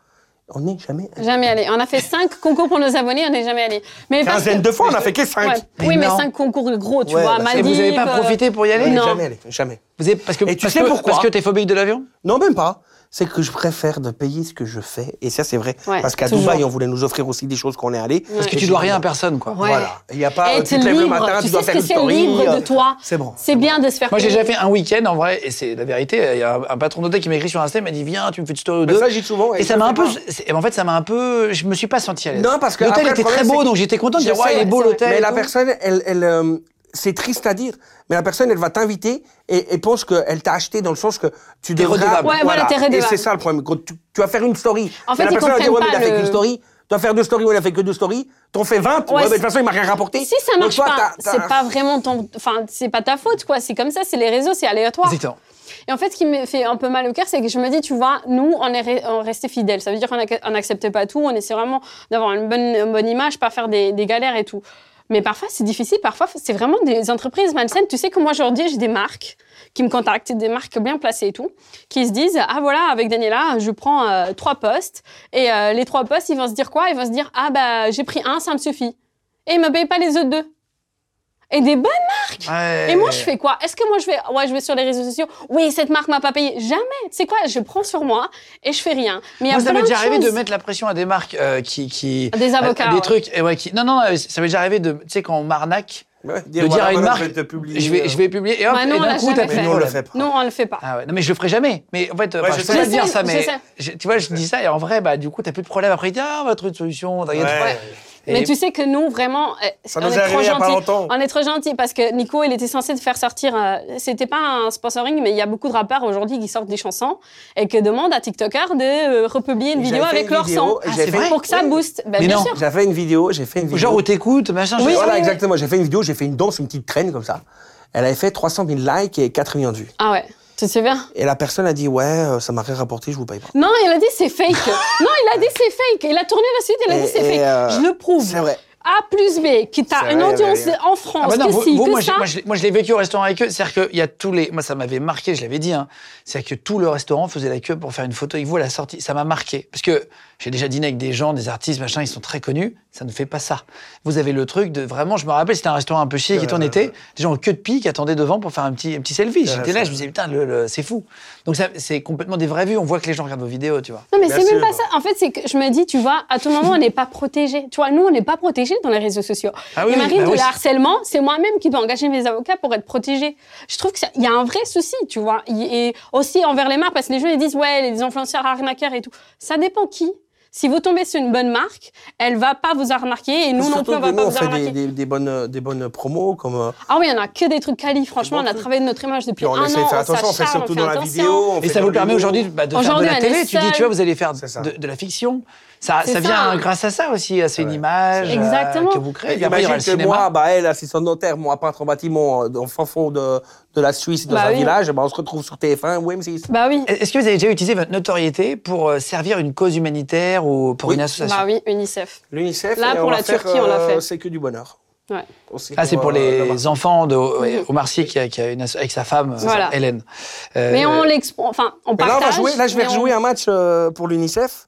On n'est jamais. Jamais allé. On a fait cinq concours pour nos abonnés, on n'est jamais allé. Mais parce Quinzaine que- de fois, on a fait que Ouais. cinq. Mais Oui, mais non. cinq concours gros, tu Ouais, vois, bah, Et Maldives... vous n'avez pas euh, profité pour y aller On n'est Non. jamais allé, jamais. Vous avez- parce que, Et tu parce sais que- pourquoi Parce que t'es phobique de l'avion Non, même pas. c'est que je préfère de payer ce que je fais. Et ça, c'est vrai. Ouais, Parce qu'à toujours. Dubaï, on voulait nous offrir aussi des choses qu'on est allé. Parce que Et tu j'ai dois dit, rien à non. personne, quoi. Ouais. Voilà. Il n'y a pas. euh, Être tu te lèves le libre, matin, tu tu dois sais ce faire que une c'est story. libre de euh, toi. C'est bon. C'est bien de se faire Moi, j'ai payer. déjà fait un week-end, en vrai, et c'est la vérité. Il y a un, un patron d'hôtel qui m'a écrit sur Insta, il m'a dit Viens, tu me fais une story ou Mais deux. ça, j'y dis souvent, et Et Bah, je ça le m'a fais un peu. pas. c'est- En fait, ça m'a un peu. Je me suis pas senti à l'aise. Non, parce que L'hôtel après, le était problème, très c'est beau, que- donc j'étais content de Je dire Ouais, sais, il est beau l'hôtel. Mais et la tout. personne, elle, elle, euh, c'est triste à dire, mais la personne, elle va t'inviter et, et pense qu'elle t'a acheté dans le sens que tu T'es devras. redevable. Ouais, voilà, t'es redevable. Et c'est ça le problème. Quand tu, tu vas faire une story. En fait, mais la ils personne va dire, ouais, comprennent mais il a pas fait le- qu'une story. Tu dois faire deux stories, ouais, il a fait que deux stories. T'en fais 20, Ouais, ouais, mais de c'est- toute façon, il m'a rien rapporté. Si ça Donc marche toi, pas, t'as- t'as- c'est pas vraiment ton, enfin c'est pas ta faute quoi. C'est comme ça, c'est les réseaux, c'est aléatoire. Exactement. Et en fait, ce qui me fait un peu mal au cœur, c'est que je me dis, tu vois, nous, on est re- on restait fidèles. Ça veut dire qu'on ac- on n'acceptait pas tout, on essaie vraiment d'avoir une bonne, une bonne image, pas faire des, des galères et tout. Mais parfois, c'est difficile. Parfois, c'est vraiment des entreprises malsaines. Tu sais que moi, aujourd'hui, j'ai des marques qui me contactent, des marques bien placées et tout, qui se disent, ah voilà, avec Daniela, je prends euh, trois postes. Et euh, les trois postes, ils vont se dire quoi Ils vont se dire, ah bah, j'ai pris un, ça me suffit. Et ils me payent pas les autres deux. Et des bonnes et Euh. moi, je fais quoi Est-ce que moi, je vais, ouais, je vais sur les réseaux sociaux Oui, cette marque m'a pas payé. Jamais. Tu sais quoi Je prends sur moi et je fais rien. Mais il y a Moi, ça plein m'est de déjà arrivé de choses. mettre la pression à des marques euh, qui, qui. Des à- à avocats. Des ouais. trucs. Et ouais, qui... Non, non, non, ça m'est déjà arrivé de. Tu sais, quand on m'arnaque, Ouais, de dire à une voilà, marque, je vais te publier, je vais, je vais publier, euh. et hop, Bah non, et on d'un l'a coup, jamais t'as euh, fait. plus Mais de nous, on le problème. fait pas. Non, on le fait pas. Ah ouais. Non, mais je le ferai jamais. Mais en fait, euh, enfin, je je sais. sais pas Je dire sais, ça, je mais sais. je- tu vois, je dis ça et en vrai, bah du coup, t'as plus de problème. Après, il dit, ah, on va trouver une solution. t'inquiète pas. Ouais. Et- Mais tu sais que nous, vraiment, euh, Ça on nous est est trop arrivé il y a pas gentils. longtemps. On est trop gentils parce que Nico, il était censé te faire sortir. euh, C'était pas un sponsoring, mais il y a beaucoup de rappeurs aujourd'hui qui sortent des chansons et qui demandent à TikToker de euh, republier une Et vidéo j'avais fait avec une leur vidéo, son Ah, et j'ai fait- pour que ça oui. booste. Bah, Mais bien non. sûr. J'ai fait une vidéo, j'ai fait une vidéo. Genre, où t'écoutes, machin. je- voilà, oui. exactement. J'ai fait une vidéo, j'ai fait une danse, une petite traîne comme ça. Elle avait fait 300 000 likes et 4 millions de vues. Ah ouais. Tu te souviens Et la personne a dit, ouais, euh, ça m'a rien rapporté, je vous paye pas. Non, il a dit c'est fake. non, il a dit c'est fake. Il a tourné la suite, il a Et- dit c'est et, fake. euh, Je le prouve. C'est vrai. A plus B, qui C'est t'a une vrai, audience Valérie. en Ah France, bah non, que vous- si, vous, que moi, j'ai- ça. moi, je l'ai- moi, je l'ai vécu au restaurant avec eux. C'est-à-dire qu'il y a tous les. Moi, ça m'avait marqué, je l'avais dit. Hein. C'est-à-dire que tout le restaurant faisait la queue pour faire une photo avec vous à la sortie. Ça m'a marqué. Parce que j'ai déjà dîné avec des gens, des artistes, machin, ils sont très connus. Ça ne fait pas ça. Vous avez le truc de. Vraiment, je me rappelle, c'était un restaurant un peu chic et tout. On était des gens en queue de pie qui attendaient devant pour faire un petit, un petit selfie. J'étais là, je me disais, putain, le- le- c'est fou. Donc, ça, c'est complètement des vraies vues. On voit que les gens regardent vos vidéos, tu vois. Non, mais Bien c'est même sûr. pas ça. En fait, c'est que je me dis, tu vois, à tout moment, on n'est pas protégé. Tu vois, nous, on n'est pas protégé dans les réseaux sociaux. Ah oui, Il m'arrive bah de oui, le c'est- harcèlement, c'est moi-même qui dois engager mes avocats pour être protégé. Je trouve qu'il y a un vrai souci, tu vois. Et et aussi envers les marques, parce que les gens, ils disent, ouais, les influenceurs arnaqueurs et tout. Ça dépend qui. Si vous tombez sur une bonne marque, elle va pas vous arnaquer et nous non Surtout plus, on que va nous, pas on vous fait arnaquer. des, des- des bonnes, euh, des bonnes promos comme. euh, Ah oui, on a que des trucs quali. Franchement, Des on bons a trucs. travaillé notre image depuis puis on un essaie an. de faire attention, on fait s'acharne, surtout dans la attention. vidéo. on Et fait ça dans vous le permet logo. aujourd'hui bah, de faire de Aujourd'hui, la on est télé. Tu dis, seul. tu vois, vous allez faire C'est ça. de, de la fiction. Ça, C'est ça vient ça. euh, grâce à ça aussi. C'est une Ouais. image euh, Exactement. que vous créez. Puis après, il y aura Imagine le que cinéma. moi, bah, elle, assistante dentaire, moi, peintre en bâtiment, euh, dans fin fond de, de la Suisse, dans Bah un oui. village, bah, on se retrouve sur TF1 ou M6. Bah oui. Est-ce que vous avez déjà utilisé votre notoriété pour euh, servir une cause humanitaire ou pour Oui. une association Bah oui, UNICEF. L'UNICEF, Là, et pour on va la faire, Turquie, on l'a euh, fait. C'est que du bonheur. Ouais. Aussi Ah, c'est pour euh, les là-bas. enfants de ouais, Omar Sy qui a, qui a une asso- avec sa femme, euh, Voilà. Hélène. Euh, Mais on l'expo... Enfin, on Mais là, partage. on va jouer, là, je vais mais on- rejouer un match euh, pour l'UNICEF.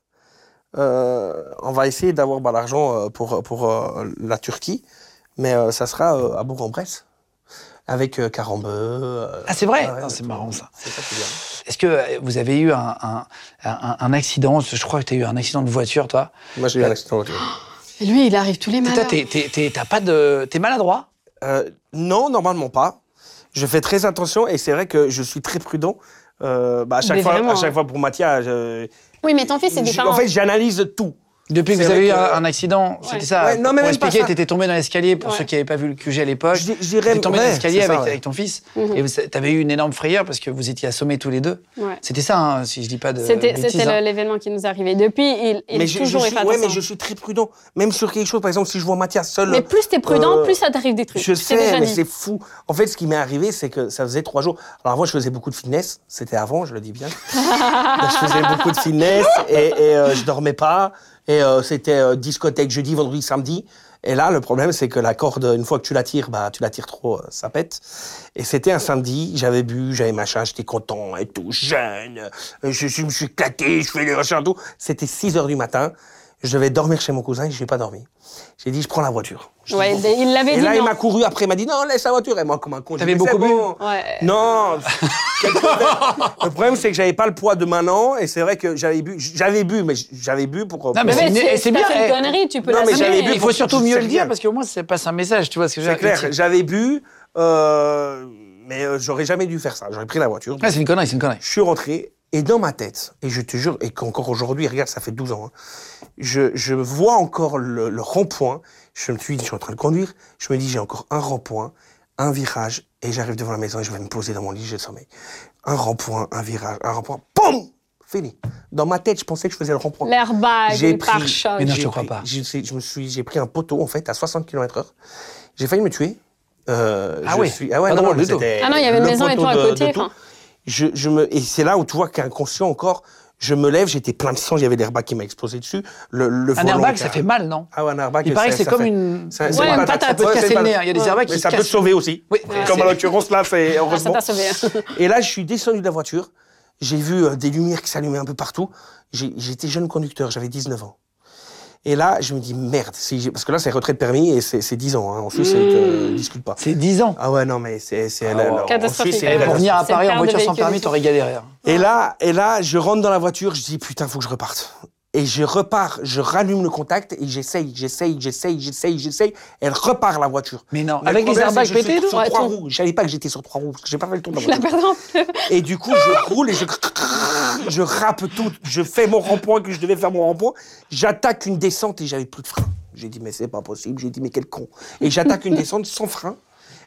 Euh, on va essayer d'avoir bah, l'argent euh, pour, pour euh, la Turquie, mais euh, ça sera euh, à Bourg-en-Bresse, avec euh, Carambeu. euh, Ah, c'est vrai ouais, Ah, C'est tout. marrant ça. C'est ça qui est bien. Est-ce que euh, vous avez eu un, un- un- un accident Je crois que tu as eu un accident de voiture, toi. Moi, j'ai eu Euh, un accident. aujourd'hui. Lui, il arrive tous les Toi, matins. t'es- t'es- t'es t'as pas de- t'es maladroit Euh, non, normalement pas. Je fais très attention et c'est vrai que je suis très prudent. Euh, bah, à, chaque Mais fois, vraiment, à chaque hein. fois pour Mathias, je- Oui, mais ton fils, c'est je- différent. en fait, j'analyse tout. Depuis que C'est vous avez eu vrai que- un un accident, c'était ça. Ouais, non, mais pour même pas expliquer, ça. t'étais tombé dans l'escalier, pour Ouais. ceux qui n'avaient pas vu le QG à l'époque. Je dis- je dirais- T'étais tombé dans ouais, l'escalier c'est ça, avec, ouais. avec ton fils. Mhm. Et vous- t'avais eu une énorme frayeur parce que vous étiez assommés tous les deux. Ouais. C'était ça, hein, si je dis pas de C'était bêtises, c'était hein. le- l'événement qui nous arrivait. Depuis, il, il euh, mais je, je toujours suis, est ouais, mais je suis très prudent. Même sur quelque chose, par exemple, si je vois Mathias seul. Mais plus t'es prudent, Euh, plus ça t'arrive des trucs. Je t'ai déjà sais, mais dit. c'est fou. En fait, ce qui m'est arrivé, c'est que ça faisait trois jours. Alors avant, je faisais beaucoup de fitness. C'était avant, je le dis bien. je faisais beaucoup de fitness et, et, euh, je dormais pas. Et euh, c'était euh, discothèque jeudi, vendredi, samedi. Et là, le problème, c'est que la corde, une fois que tu la tires, bah, tu la tires trop, euh, ça pète. Et c'était un samedi, j'avais bu, j'avais machin, j'étais content et tout, jeune. Je, je me suis éclaté, je fais des machins et tout. C'était 6 heures du matin. Je vais dormir chez mon cousin et je n'ai pas dormi. J'ai dit, je prends la voiture. Je Ouais, dis, bon. il l'avait Et dit. là, il non. m'a couru après, il m'a dit, non, laisse la voiture. Et moi, comme un con, j'ai T'avais dit, C'est beaucoup bu bon. Ouais. Non. le problème, c'est que j'avais pas le poids de maintenant et c'est vrai que j'avais bu, j'avais bu, mais j'avais bu pour. Non, Mais c'est ouais, une- c'est- et c'est c'est bien. bien, fait une eh. connerie, tu peux Non, mais Mais j'avais l'assumer. bu il pour- faut surtout je mieux sais le dire bien. parce que au moins ça passe un message, tu vois ce que je veux C'est dire. clair, j'avais bu, euh, mais euh, j'aurais jamais dû faire ça. J'aurais pris la voiture. Ouais, c'est une connerie, c'est une connerie. Je suis rentré et dans ma tête, et je te jure, et qu'encore aujourd'hui, regarde, ça fait 12 ans, hein, je, je vois encore le, le rond-point. Je me suis dit, je suis en train de conduire, je me dis, j'ai encore un rond-point, un virage, et j'arrive devant la maison et je vais me poser dans mon lit, j'ai le sommeil. Un rond-point, un virage, un rond-point, boum Fini. Dans ma tête, je pensais que je faisais le rond-point. L'airbag, J'ai le pris- pare-choc. Mais non, J'ai je te crois pris- pas. J'ai, c'est- je me suis, j'ai pris un poteau, en fait, à 60 km/h. J'ai failli me tuer. Euh, Ah je oui. suis- Ah ouais, Pas non, drôle non, du tout. c'était Ah non, il y avait une le maison et poteau toi à de- de côté. tout. enfin. Je, je me, et c'est là où tu vois qu'inconscient encore, je me lève, j'étais plein de sang, il y avait l'airbag qui m'a explosé dessus. Le, le Un volant airbag, qui ça a- fait mal, non Ah ouais, un airbag, Il paraît que c'est ça comme fait- une. ça- Ouais, c'est une pas- patte, ça peut ouais, te c'est casser pas- le nez. Il y a des airbags Mais qui ça se peut te cassent. sauver aussi. Oui, Ouais. Comme c'est- en l'occurrence, là, c'est Ah, ça heureusement. t'a sauvé. Et là, je suis descendu de la voiture. J'ai vu euh, des lumières qui s'allumaient un peu partout. J'ai- J'étais jeune conducteur, j'avais 19 ans. Et là, je me dis, merde, si j'ai- parce que là, c'est retrait de permis et c'est c'est 10 ans. Hein. En Suisse, on Mmh. ne discute pas. C'est 10 ans. Ah ouais, non, mais c'est... c'est- la- la- en Catastrophique. Suisse, c'est Et la- pour venir à c'est le Paris en père de voiture sans véhicule. permis, t'aurais galéré. hein. Et là, et là, je rentre dans la voiture, je dis putain, faut que je reparte. Et je repars, je rallume le contact et j'essaye, j'essaye, j'essaye, j'essaye, j'essaye. Elle repart la voiture. Mais non, Mais avec le les problème, airbags c'est que je suis pétés, sur non trois Ouais, roues. Je savais pas que j'étais sur trois roues parce que j'ai pas fait le tour de la La voiture. perdante. Et du coup, je roule et je je rappe tout, je fais mon rond-point que je devais faire mon rond-point. J'attaque une descente et j'avais plus de frein. J'ai dit mais c'est pas possible. J'ai dit mais quel con. Et j'attaque une descente sans frein.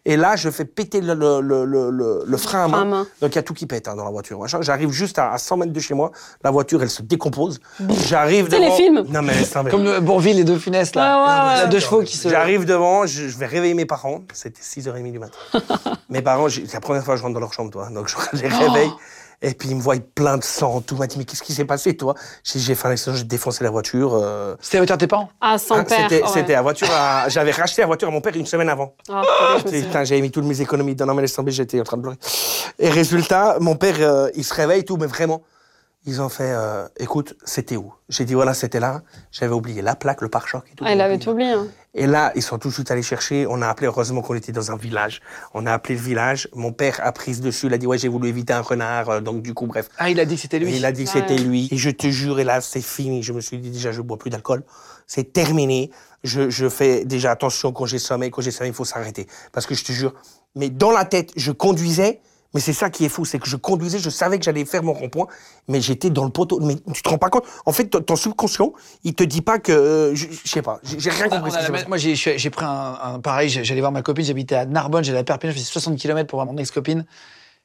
Et là, je fais péter le, le, le, le- le- le frein à Frein à main. main. Donc il y a tout qui pète hein, dans la voiture. machin. J'arrive juste à, à 100 mètres de chez moi. La voiture, elle se décompose. J'arrive C'est devant. les films. Non mais laisse tomber. Comme le Bourville et De Funès, Ouais, ouais, là. ouais. Il y a deux chevaux qui se. J'arrive devant, je, je vais réveiller mes parents. C'était 6h30 du matin. mes parents, j'ai- c'est la première fois que je rentre dans leur chambre, toi. Donc je les réveille. Oh. Et puis ils me voient plein de sang, tout m'a dit mais qu'est-ce qui s'est passé toi J'ai dit, j'ai fait un accident, j'ai défoncé la voiture. euh. C'était à la hauteur de tes parents Ah, sans Ah, père. C'était ouais. c'était la voiture, à- j'avais racheté la voiture à mon père une semaine avant. Ah, putain, je me souviens. Putain, j'avais mis toutes mes économies dans la laisse tomber, j'étais en train de pleurer. Et résultat, mon père, euh, il se réveille et tout, mais vraiment, ils ont fait, euh, écoute, c'était où J'ai dit voilà, c'était là. J'avais oublié la plaque, le pare-choc et tout. Ah, il J'ai avait oublié. tout oublié. hein. Et là, ils sont tout de suite allés chercher. On a appelé, heureusement qu'on était dans un village. On a appelé le village. Mon père a pris dessus. Il a dit, ouais, j'ai voulu éviter un renard. euh, Donc, du coup, bref. Ah, il a dit que c'était Et lui. il a dit que Ouais. c'était lui. Et je te jure, et là, c'est fini. Je me suis dit, déjà, je bois plus d'alcool. C'est terminé. Je, je fais déjà attention quand j'ai sommeil. Quand j'ai sommeil, il faut s'arrêter. Parce que je te jure, mais dans la tête, je conduisais. Mais c'est ça qui est fou, c'est que je conduisais, je savais que j'allais faire mon rond-point, mais j'étais dans le poteau. Mais tu te rends pas compte En fait, ton- ton subconscient, il te dit pas que, euh, je, je sais pas, j'ai j'ai rien Ah, compris. on a ce qui la s'est même- passé. moi, j'ai, j'ai j'ai pris un, un- pareil. j'ai- J'allais voir ma copine. J'habitais à Narbonne. J'allais à Perpignan. Je faisais 60 km pour voir mon ex-copine.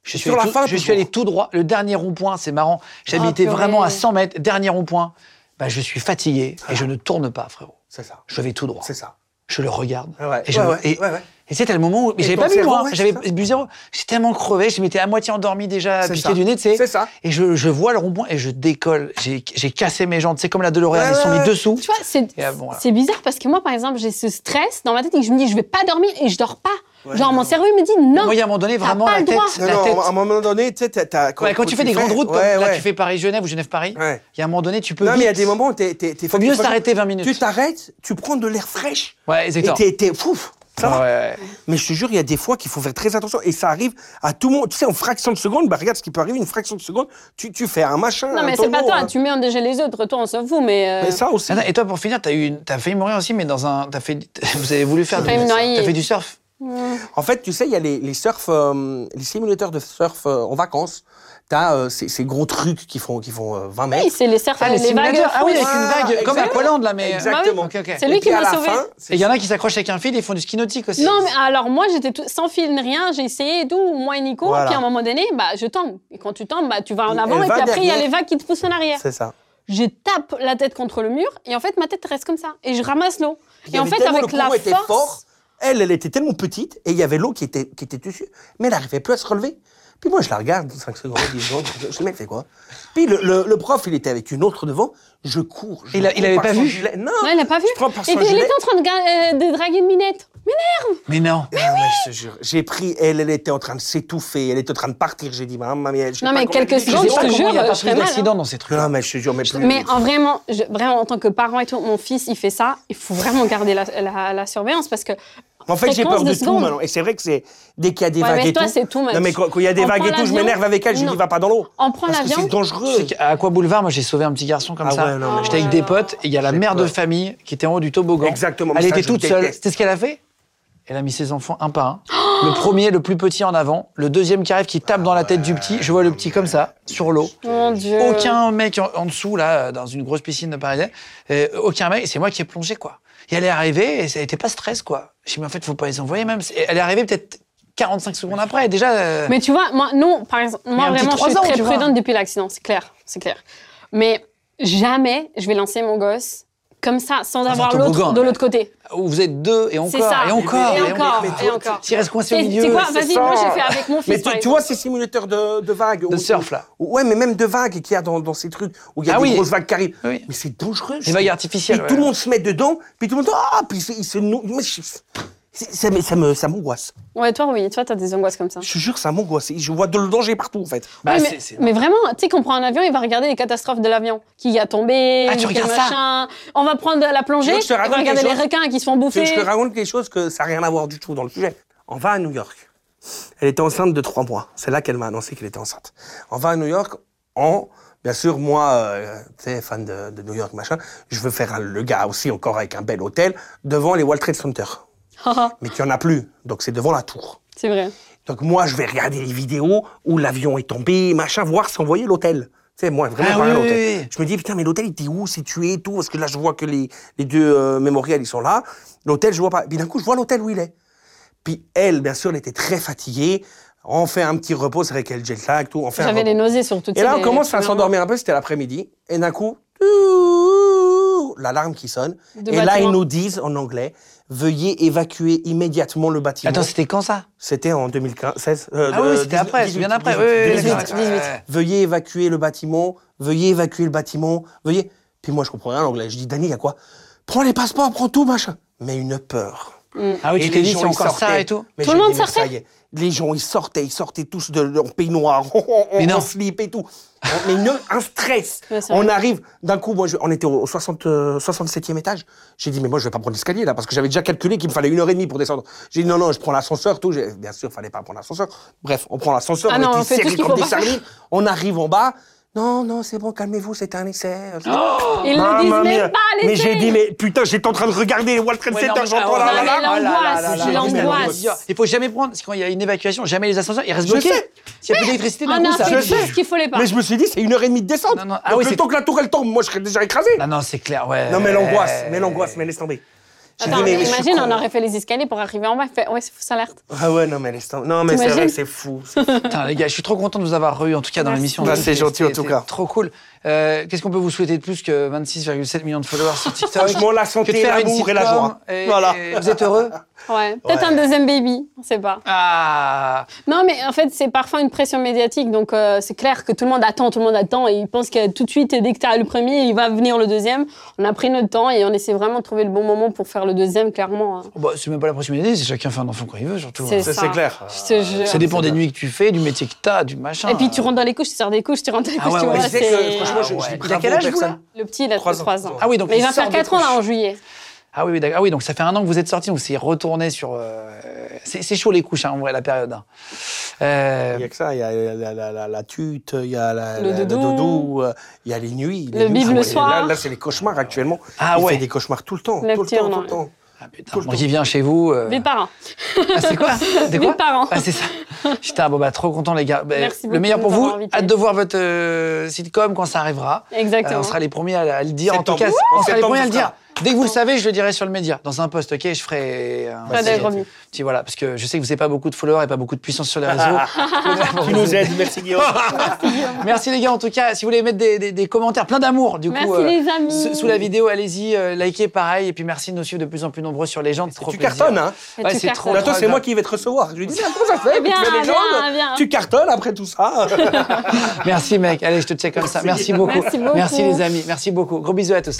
Je suis, Sur allé la tout, fin, Ah, je suis toujours. allé tout droit. Le dernier rond-point, c'est marrant. J'habitais purée. vraiment à 100 mètres. Dernier rond-point. Bah, je suis fatigué et je ne tourne pas, frérot. C'est ça. Je vais tout droit. Ah. C'est ça. Je le regarde. Ouais, et je ouais, me- ouais, et- ouais, ouais. et c'était le moment où. Mais Et j'avais ton pas bu, cerveau, moi. ouais, j'avais c'est ça. bu zéro. J'étais tellement crevé. Je m'étais à moitié endormi déjà, C'est piqué ça. du nez, tu sais. C'est ça. Et je, je vois le rond-point et je décolle. J'ai, j'ai cassé mes jambes. Tu sais, comme la DeLorean, Ouais, ils sont ouais, mis ouais. dessous. Tu vois, c'est Et, ah, bon, voilà. c'est bizarre parce que moi, par exemple, j'ai ce stress dans ma tête et que je me dis, je vais pas dormir et je dors pas. Genre, mon cerveau me dit, non. Moi, il y a un moment donné, t'as vraiment, pas la le tête. droit. Non, la non, tête. à un moment donné, tu sais, t'as- t'as- Ouais, quand, tu fais des grandes routes, ouais, comme là, ouais. tu fais Paris-Genève ou Genève-Paris, il Ouais. y a un moment donné, tu peux. Non, mais il y a vite. des moments où t'es. t'es- t'es- Faut mieux s'arrêter 20 minutes. Tu t'arrêtes, tu prends de l'air fraîche. Ouais, exactement. Et t'es- t'es. Fouf Ça va. Ouais. Mais je te jure, il y a des fois qu'il faut faire très attention. Et ça arrive à tout le monde. Tu sais, en fraction de seconde, bah regarde ce qui peut arriver, une fraction de seconde, tu, tu fais un machin. Non, un mais c'est pas tombeau, hein. toi, un- tu mets en déjà les autres, toi, on s'en fout, mais. euh, Mais ça aussi. Attends, et toi, pour finir, t'as eu, une- t'as failli mourir aussi, mais dans un, t'as fait, vous avez voulu faire, J'ai failli du, me noyer. t'as fait du surf. En fait, tu sais, il y a les, les surf, euh, les simulateurs de surf euh, en vacances. T'as euh, ces, ces gros trucs qui font, qui font euh, 20 mètres. Oui, c'est les cerfs, Ah, les les vagues. simulateurs. Ah oui, fous. avec une Ah, vague, comme exactement. Aqualand là, mais. euh, Exactement. Ok, ok. C'est lui Et puis qui à m'a la sauvé. fin, Et il y en a qui s'accrochent avec un fil, ils font du ski nautique aussi. Non, mais alors moi, j'étais tout- sans fil ni rien, j'ai essayé et tout, moi et Nico, Voilà. puis à un moment donné, bah, je tombe. Et quand tu tombes, bah, tu vas en Elle avant, et va puis après, il y a les derrière. vagues qui te poussent en arrière. C'est ça. Je tape la tête contre le mur, et en fait, ma tête reste comme ça. Et je ramasse l'eau. Il y Et en avait fait, tellement- avec le la courant était force. fort, elle, elle était tellement petite et il y avait l'eau qui était, qui était dessus, mais elle n'arrivait plus à se relever. Puis moi, je la regarde, 5 secondes, 10 secondes, je dis, mec, c'est quoi Puis le, le- le prof, il était avec une autre devant, je cours. je Il a- il cours avait par pas son vu gilet. Non Ouais, il l'a pas vu. Ah. Je prends par Et son puis, il gilet. était en train de, ga- euh, de draguer une minette. Mais Mais non. Ah ouais, je te jure, j'ai pris, elle, elle était en train de s'étouffer, elle était en train de partir, j'ai dit, maman, mais Non, mais quelques Je Non, sais je pas te comment jure, il n'y a je pas serais hein. pris mal, d'accident dans ces trucs. Non, mais je te jure, mais plus. Mais en vraiment, je- vraiment, en tant que parent et tout, mon fils, il fait ça. Il faut vraiment garder la, la- la surveillance parce que. En fait, j'ai fréquence peur de, tout secondes. maintenant. Et c'est vrai que c'est dès qu'il y a des Ouais, vagues mais et toi, tout. c'est tout, mec. non, mais quand quand il y a des On vagues prend et tout, je l'avion. m'énerve avec elle. Je lui Non. dis, va pas dans l'eau. On prend Parce l'avion. que c'est Tu sais dangereux. qu'à Aqua Boulevard, moi j'ai sauvé un petit garçon comme Ah ça. ouais, non, mais J'étais avec je- des potes et il y a la J'ai mère de peur. famille qui était en haut du toboggan. Exactement, mais Elle ça, était je toute déteste. seule. C'était ce qu'elle a fait Elle a mis ses enfants un par un. le premier, le plus petit en avant. Le deuxième qui arrive, qui tape dans la tête du petit. Je vois le petit comme ça, sur l'eau. Mon Dieu. Aucun mec en, en dessous, là, dans une grosse piscine de Paris, euh, aucun mec, et c'est moi qui ai plongé, quoi. Et elle est arrivée, et ça n'était pas stress, quoi. J'ai dit, mais en fait, faut pas les envoyer, même. C'est- Elle est arrivée peut-être 45 secondes après, et déjà. euh, Mais tu vois, moi, non, par exemple, moi un petit vraiment, je trois suis ans, très tu vois. prudente depuis l'accident, c'est clair, c'est clair. Mais jamais je vais lancer mon gosse comme Ah, ça, sans un avoir l'autre toboggan, de là. l'autre côté. où vous êtes deux, et C'est encore, ça. et encore, et encore, mais et toi, encore. S'il reste coincé au C'est- milieu. c'est quoi Bah, c'est- Vas-y, ça. moi, j'ai fait avec mon fils, Mais tu, par tu exemple. vois ces simulateurs de, de vagues. De où- surf, là. où- Ouais, mais même de vagues qu'il y a dans, dans ces trucs où il y a Ah des oui. grosses vagues qui arrivent. Oui. Mais c'est dangereux. Des vagues artificielles, Puis ouais. tout le monde se met dedans, puis tout le monde. Ah Puis ils se. nou- moi, je- c'est- Ça me- ça me- ça m'angoisse. Ouais, toi, oui, toi, t'as des angoisses comme ça. Je te jure, ça m'angoisse. Je vois de- le danger partout, en fait. Bah, Oui, c'est- mais, c'est- mais vraiment, tu sais qu'on prend un avion, il va regarder les catastrophes de l'avion. Qui y a tombé, Ah, tu quel regardes ça machin. On va prendre la plongée, Tu veux que je te on va raconte regarder quelque les chose requins qui se font Tu bouffer. veux que je te raconte quelque chose que ça n'a rien à voir du tout dans le sujet. On va à New York. Elle était enceinte de trois mois. C'est là qu'elle m'a annoncé qu'elle était enceinte. On va à New York en... Bien sûr, moi, euh, tu sais, fan de, de New York, machin, je veux faire un- le gars aussi, encore avec un bel hôtel, devant les World Trade Center. Mais qu'il n'y en a plus, donc c'est devant la tour. Ah, c'est vrai. Donc moi, je vais regarder les vidéos où l'avion est tombé, machin, voir si on voyait l'hôtel. Tu sais, moi, vraiment Ah pas oui, l'hôtel. oui, oui. Je me dis, putain, mais l'hôtel, il était où situé et tout Parce que là, je vois que les, les deux euh, mémorials, ils sont là. L'hôtel, je vois pas. Puis d'un coup, je vois l'hôtel où il est. Puis elle, bien sûr, elle était très fatiguée. On fait un petit repos, c'est vrai qu'elle jet lag, tout. On fait un J'avais repos. les nausées sur toutes Et ces- là, on les- commence à les- s'endormir un peu, c'était l'après-midi. Et d'un coup, l'alarme qui sonne. De et là, bâtiment. ils nous disent en anglais, veuillez évacuer immédiatement le bâtiment. Attends, c'était quand ça C'était en 2015, euh, Ah euh, oui, c'était 18, après, c'est 18, bien après. 18, oui, oui, 18. d'accord, ouais, ouais, ouais. Veuillez évacuer le bâtiment, veuillez évacuer le bâtiment, veuillez. Puis moi, je comprends rien à l'anglais. Je dis, Dani, il y a quoi Prends les passeports, prends tout, machin. Mais une peur. Ah oui, Et tu t'es les dit, gens, c'est ils encore ça sortaient. et tout. Mais Tout j'ai le monde dit, mais ça sortait y est. Les gens, ils sortaient, ils sortaient tous de, en peignoir, en, Mais en non. slip et tout. Mais une- un stress. Ouais, c'est vrai. on arrive, d'un coup, moi, je- on était au 60, euh, 67e étage. J'ai dit, mais moi, je vais pas prendre l'escalier là, parce que j'avais déjà calculé qu'il me fallait une heure et demie pour descendre. J'ai dit, non, non, je prends l'ascenseur, tout. J'ai- Bien sûr, fallait pas prendre l'ascenseur. Bref, on prend l'ascenseur, Ah on non, était on fait tout serrés ce qu'il comme faut des pas faire. sardines. On arrive en bas. Non, non, c'est bon, calmez-vous, c'était un essai. Ils Mamma ne disent mia. même pas les Mais j'ai dit, mais putain, j'étais en train de regarder les World Trade Ouais, non, Center, mais- j'entends ah, là, ouais, non, là, là. mais l'angoisse, là, là, là, c'est là, là, l'angoisse. là, là. Il faut jamais prendre, parce que quand il y a une évacuation, jamais les ascenseurs, ils restent bloqués. sais. S'il n'y a plus d'électricité, d'un On coup, a ça. fait Je tout sais. ce qu'il fallait pas. Mais je me suis dit, c'est une heure et demie de descente. Non, non, ah Ah oui, le c'est- temps que la tour elle tombe, moi je serais déjà écrasé. Ah Non, non, c'est clair, ouais. Non mais l'angoisse, mais l'angoisse, mais laisse tomber. J'ai Attends, dit, mais- mais je suis imagine, on con. aurait fait les escaliers pour arriver en bas. il Fait, ouais, c'est fausse alerte. Ah ouais, non mais laisse tomber. Non mais c'est T'imagines vrai, que c'est fou. c'est fou. Putain, les gars, je suis trop content de vous avoir reçu, en tout cas, dans Merci. l'émission. Bah, c'est gentil, en tout C'était cas. Trop cool. Euh, Qu'est-ce qu'on peut vous souhaiter de plus que 26,7 millions de followers sur TikTok Franchement, la santé, Que de faire une l'amour et la sitcom joie. et- Voilà. et Vous êtes heureux Ouais. Peut-être un deuxième baby, on sait pas. Ah Non, mais en fait, c'est parfois une pression médiatique. Donc, euh, c'est clair que tout le monde attend, tout le monde attend. Et il pense que tout de suite, dès que tu as le premier, il va venir le deuxième. On a pris notre temps et on essaie vraiment de trouver le bon moment pour faire le deuxième, clairement. hein. Bah, c'est même pas la proximité, c'est chacun fait un enfant quand il veut, surtout. C'est Ça, Ça. Ça c'est clair. Je te jure. Euh, dépend des nuits que tu fais, du métier que t'as, du machin. Et puis, tu rentres dans les couches, tu sors des couches, tu rentres dans les Ah couches, ouais, tu ouais, vois. je sais que, c'est- franchement, je- Ah ouais. dis Il a bravo quel âge, vous, personne. là Le petit, il a Trois ans. 3 ans. Ah oui, donc Mais il il va sort faire des 4 ans, là, couches. en juillet. Ah oui, oui, d'accord. Ah oui, donc ça fait un an que vous êtes sorti, donc c'est retourné sur. euh, C'est c'est chaud les couches, hein, en vrai, la période. hein. Euh, Il y a que ça, il y a la, la, la, la, la tute, il y a la, Le la- doudou. euh, il y a les nuits. les Le nuits, bib ah le ouais, soir. Là, là, c'est les cauchemars actuellement. Ah Il ouais. fait des cauchemars tout le temps, Le tout le petit, temps, on tout en- le temps. ah, putain, moi, j'y viens chez vous. euh, Mes parents. Ah, c'est quoi C'est quoi Mes parents. Ah, c'est ça. Putain, bon, bah, trop content, les gars. Bah, Merci beaucoup le meilleur de pour nous vous, avoir invités. hâte de voir votre euh, sitcom quand ça arrivera. Euh, Exactement. on sera les premiers à, à le dire. En tout Septembre. cas, Wouh on sera les Septembre, premiers à le ce sera dire. Dès que vous le savez, je le dirai sur le média, dans un post, ok Je ferai un Pas petit- de revenus. petit- voilà, parce que je sais que vous n'avez pas beaucoup de followers et pas beaucoup de puissance sur les réseaux. Qui nous aide, merci Guillaume. Merci les gars, en tout cas, si vous voulez mettre des, des- des commentaires plein d'amour, du Merci coup, euh, les amis. sous- sous la vidéo, allez-y, euh, likez pareil, et puis merci de nous suivre de plus en plus nombreux sur les gens. Tu cartonnes, hein Et Ouais, tu c'est cartonnes. trop- Attends, c'est moi qui vais te recevoir. Je lui dis, mais comment ça se fait Très Eh bien. euh, que tu viens, les jambes. viens, viens. Tu cartonnes après tout ça. Merci, mec. Allez, je te check comme ça. Merci beaucoup. Merci beaucoup. Merci, les amis. Merci beaucoup. Gros bisous à tous.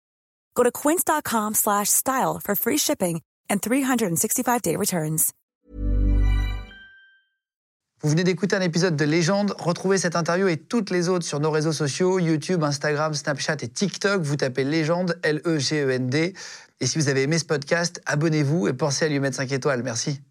Go to quince.com slash style for free shipping and 365-day returns. Vous venez d'écouter un épisode de Légende. Retrouvez cette interview et toutes les autres sur nos réseaux sociaux, YouTube, Instagram, Snapchat et TikTok. Vous tapez Légende, E L-E-G-E-N-D. Et si vous avez aimé ce podcast, abonnez-vous et pensez à lui mettre 5 étoiles. Merci.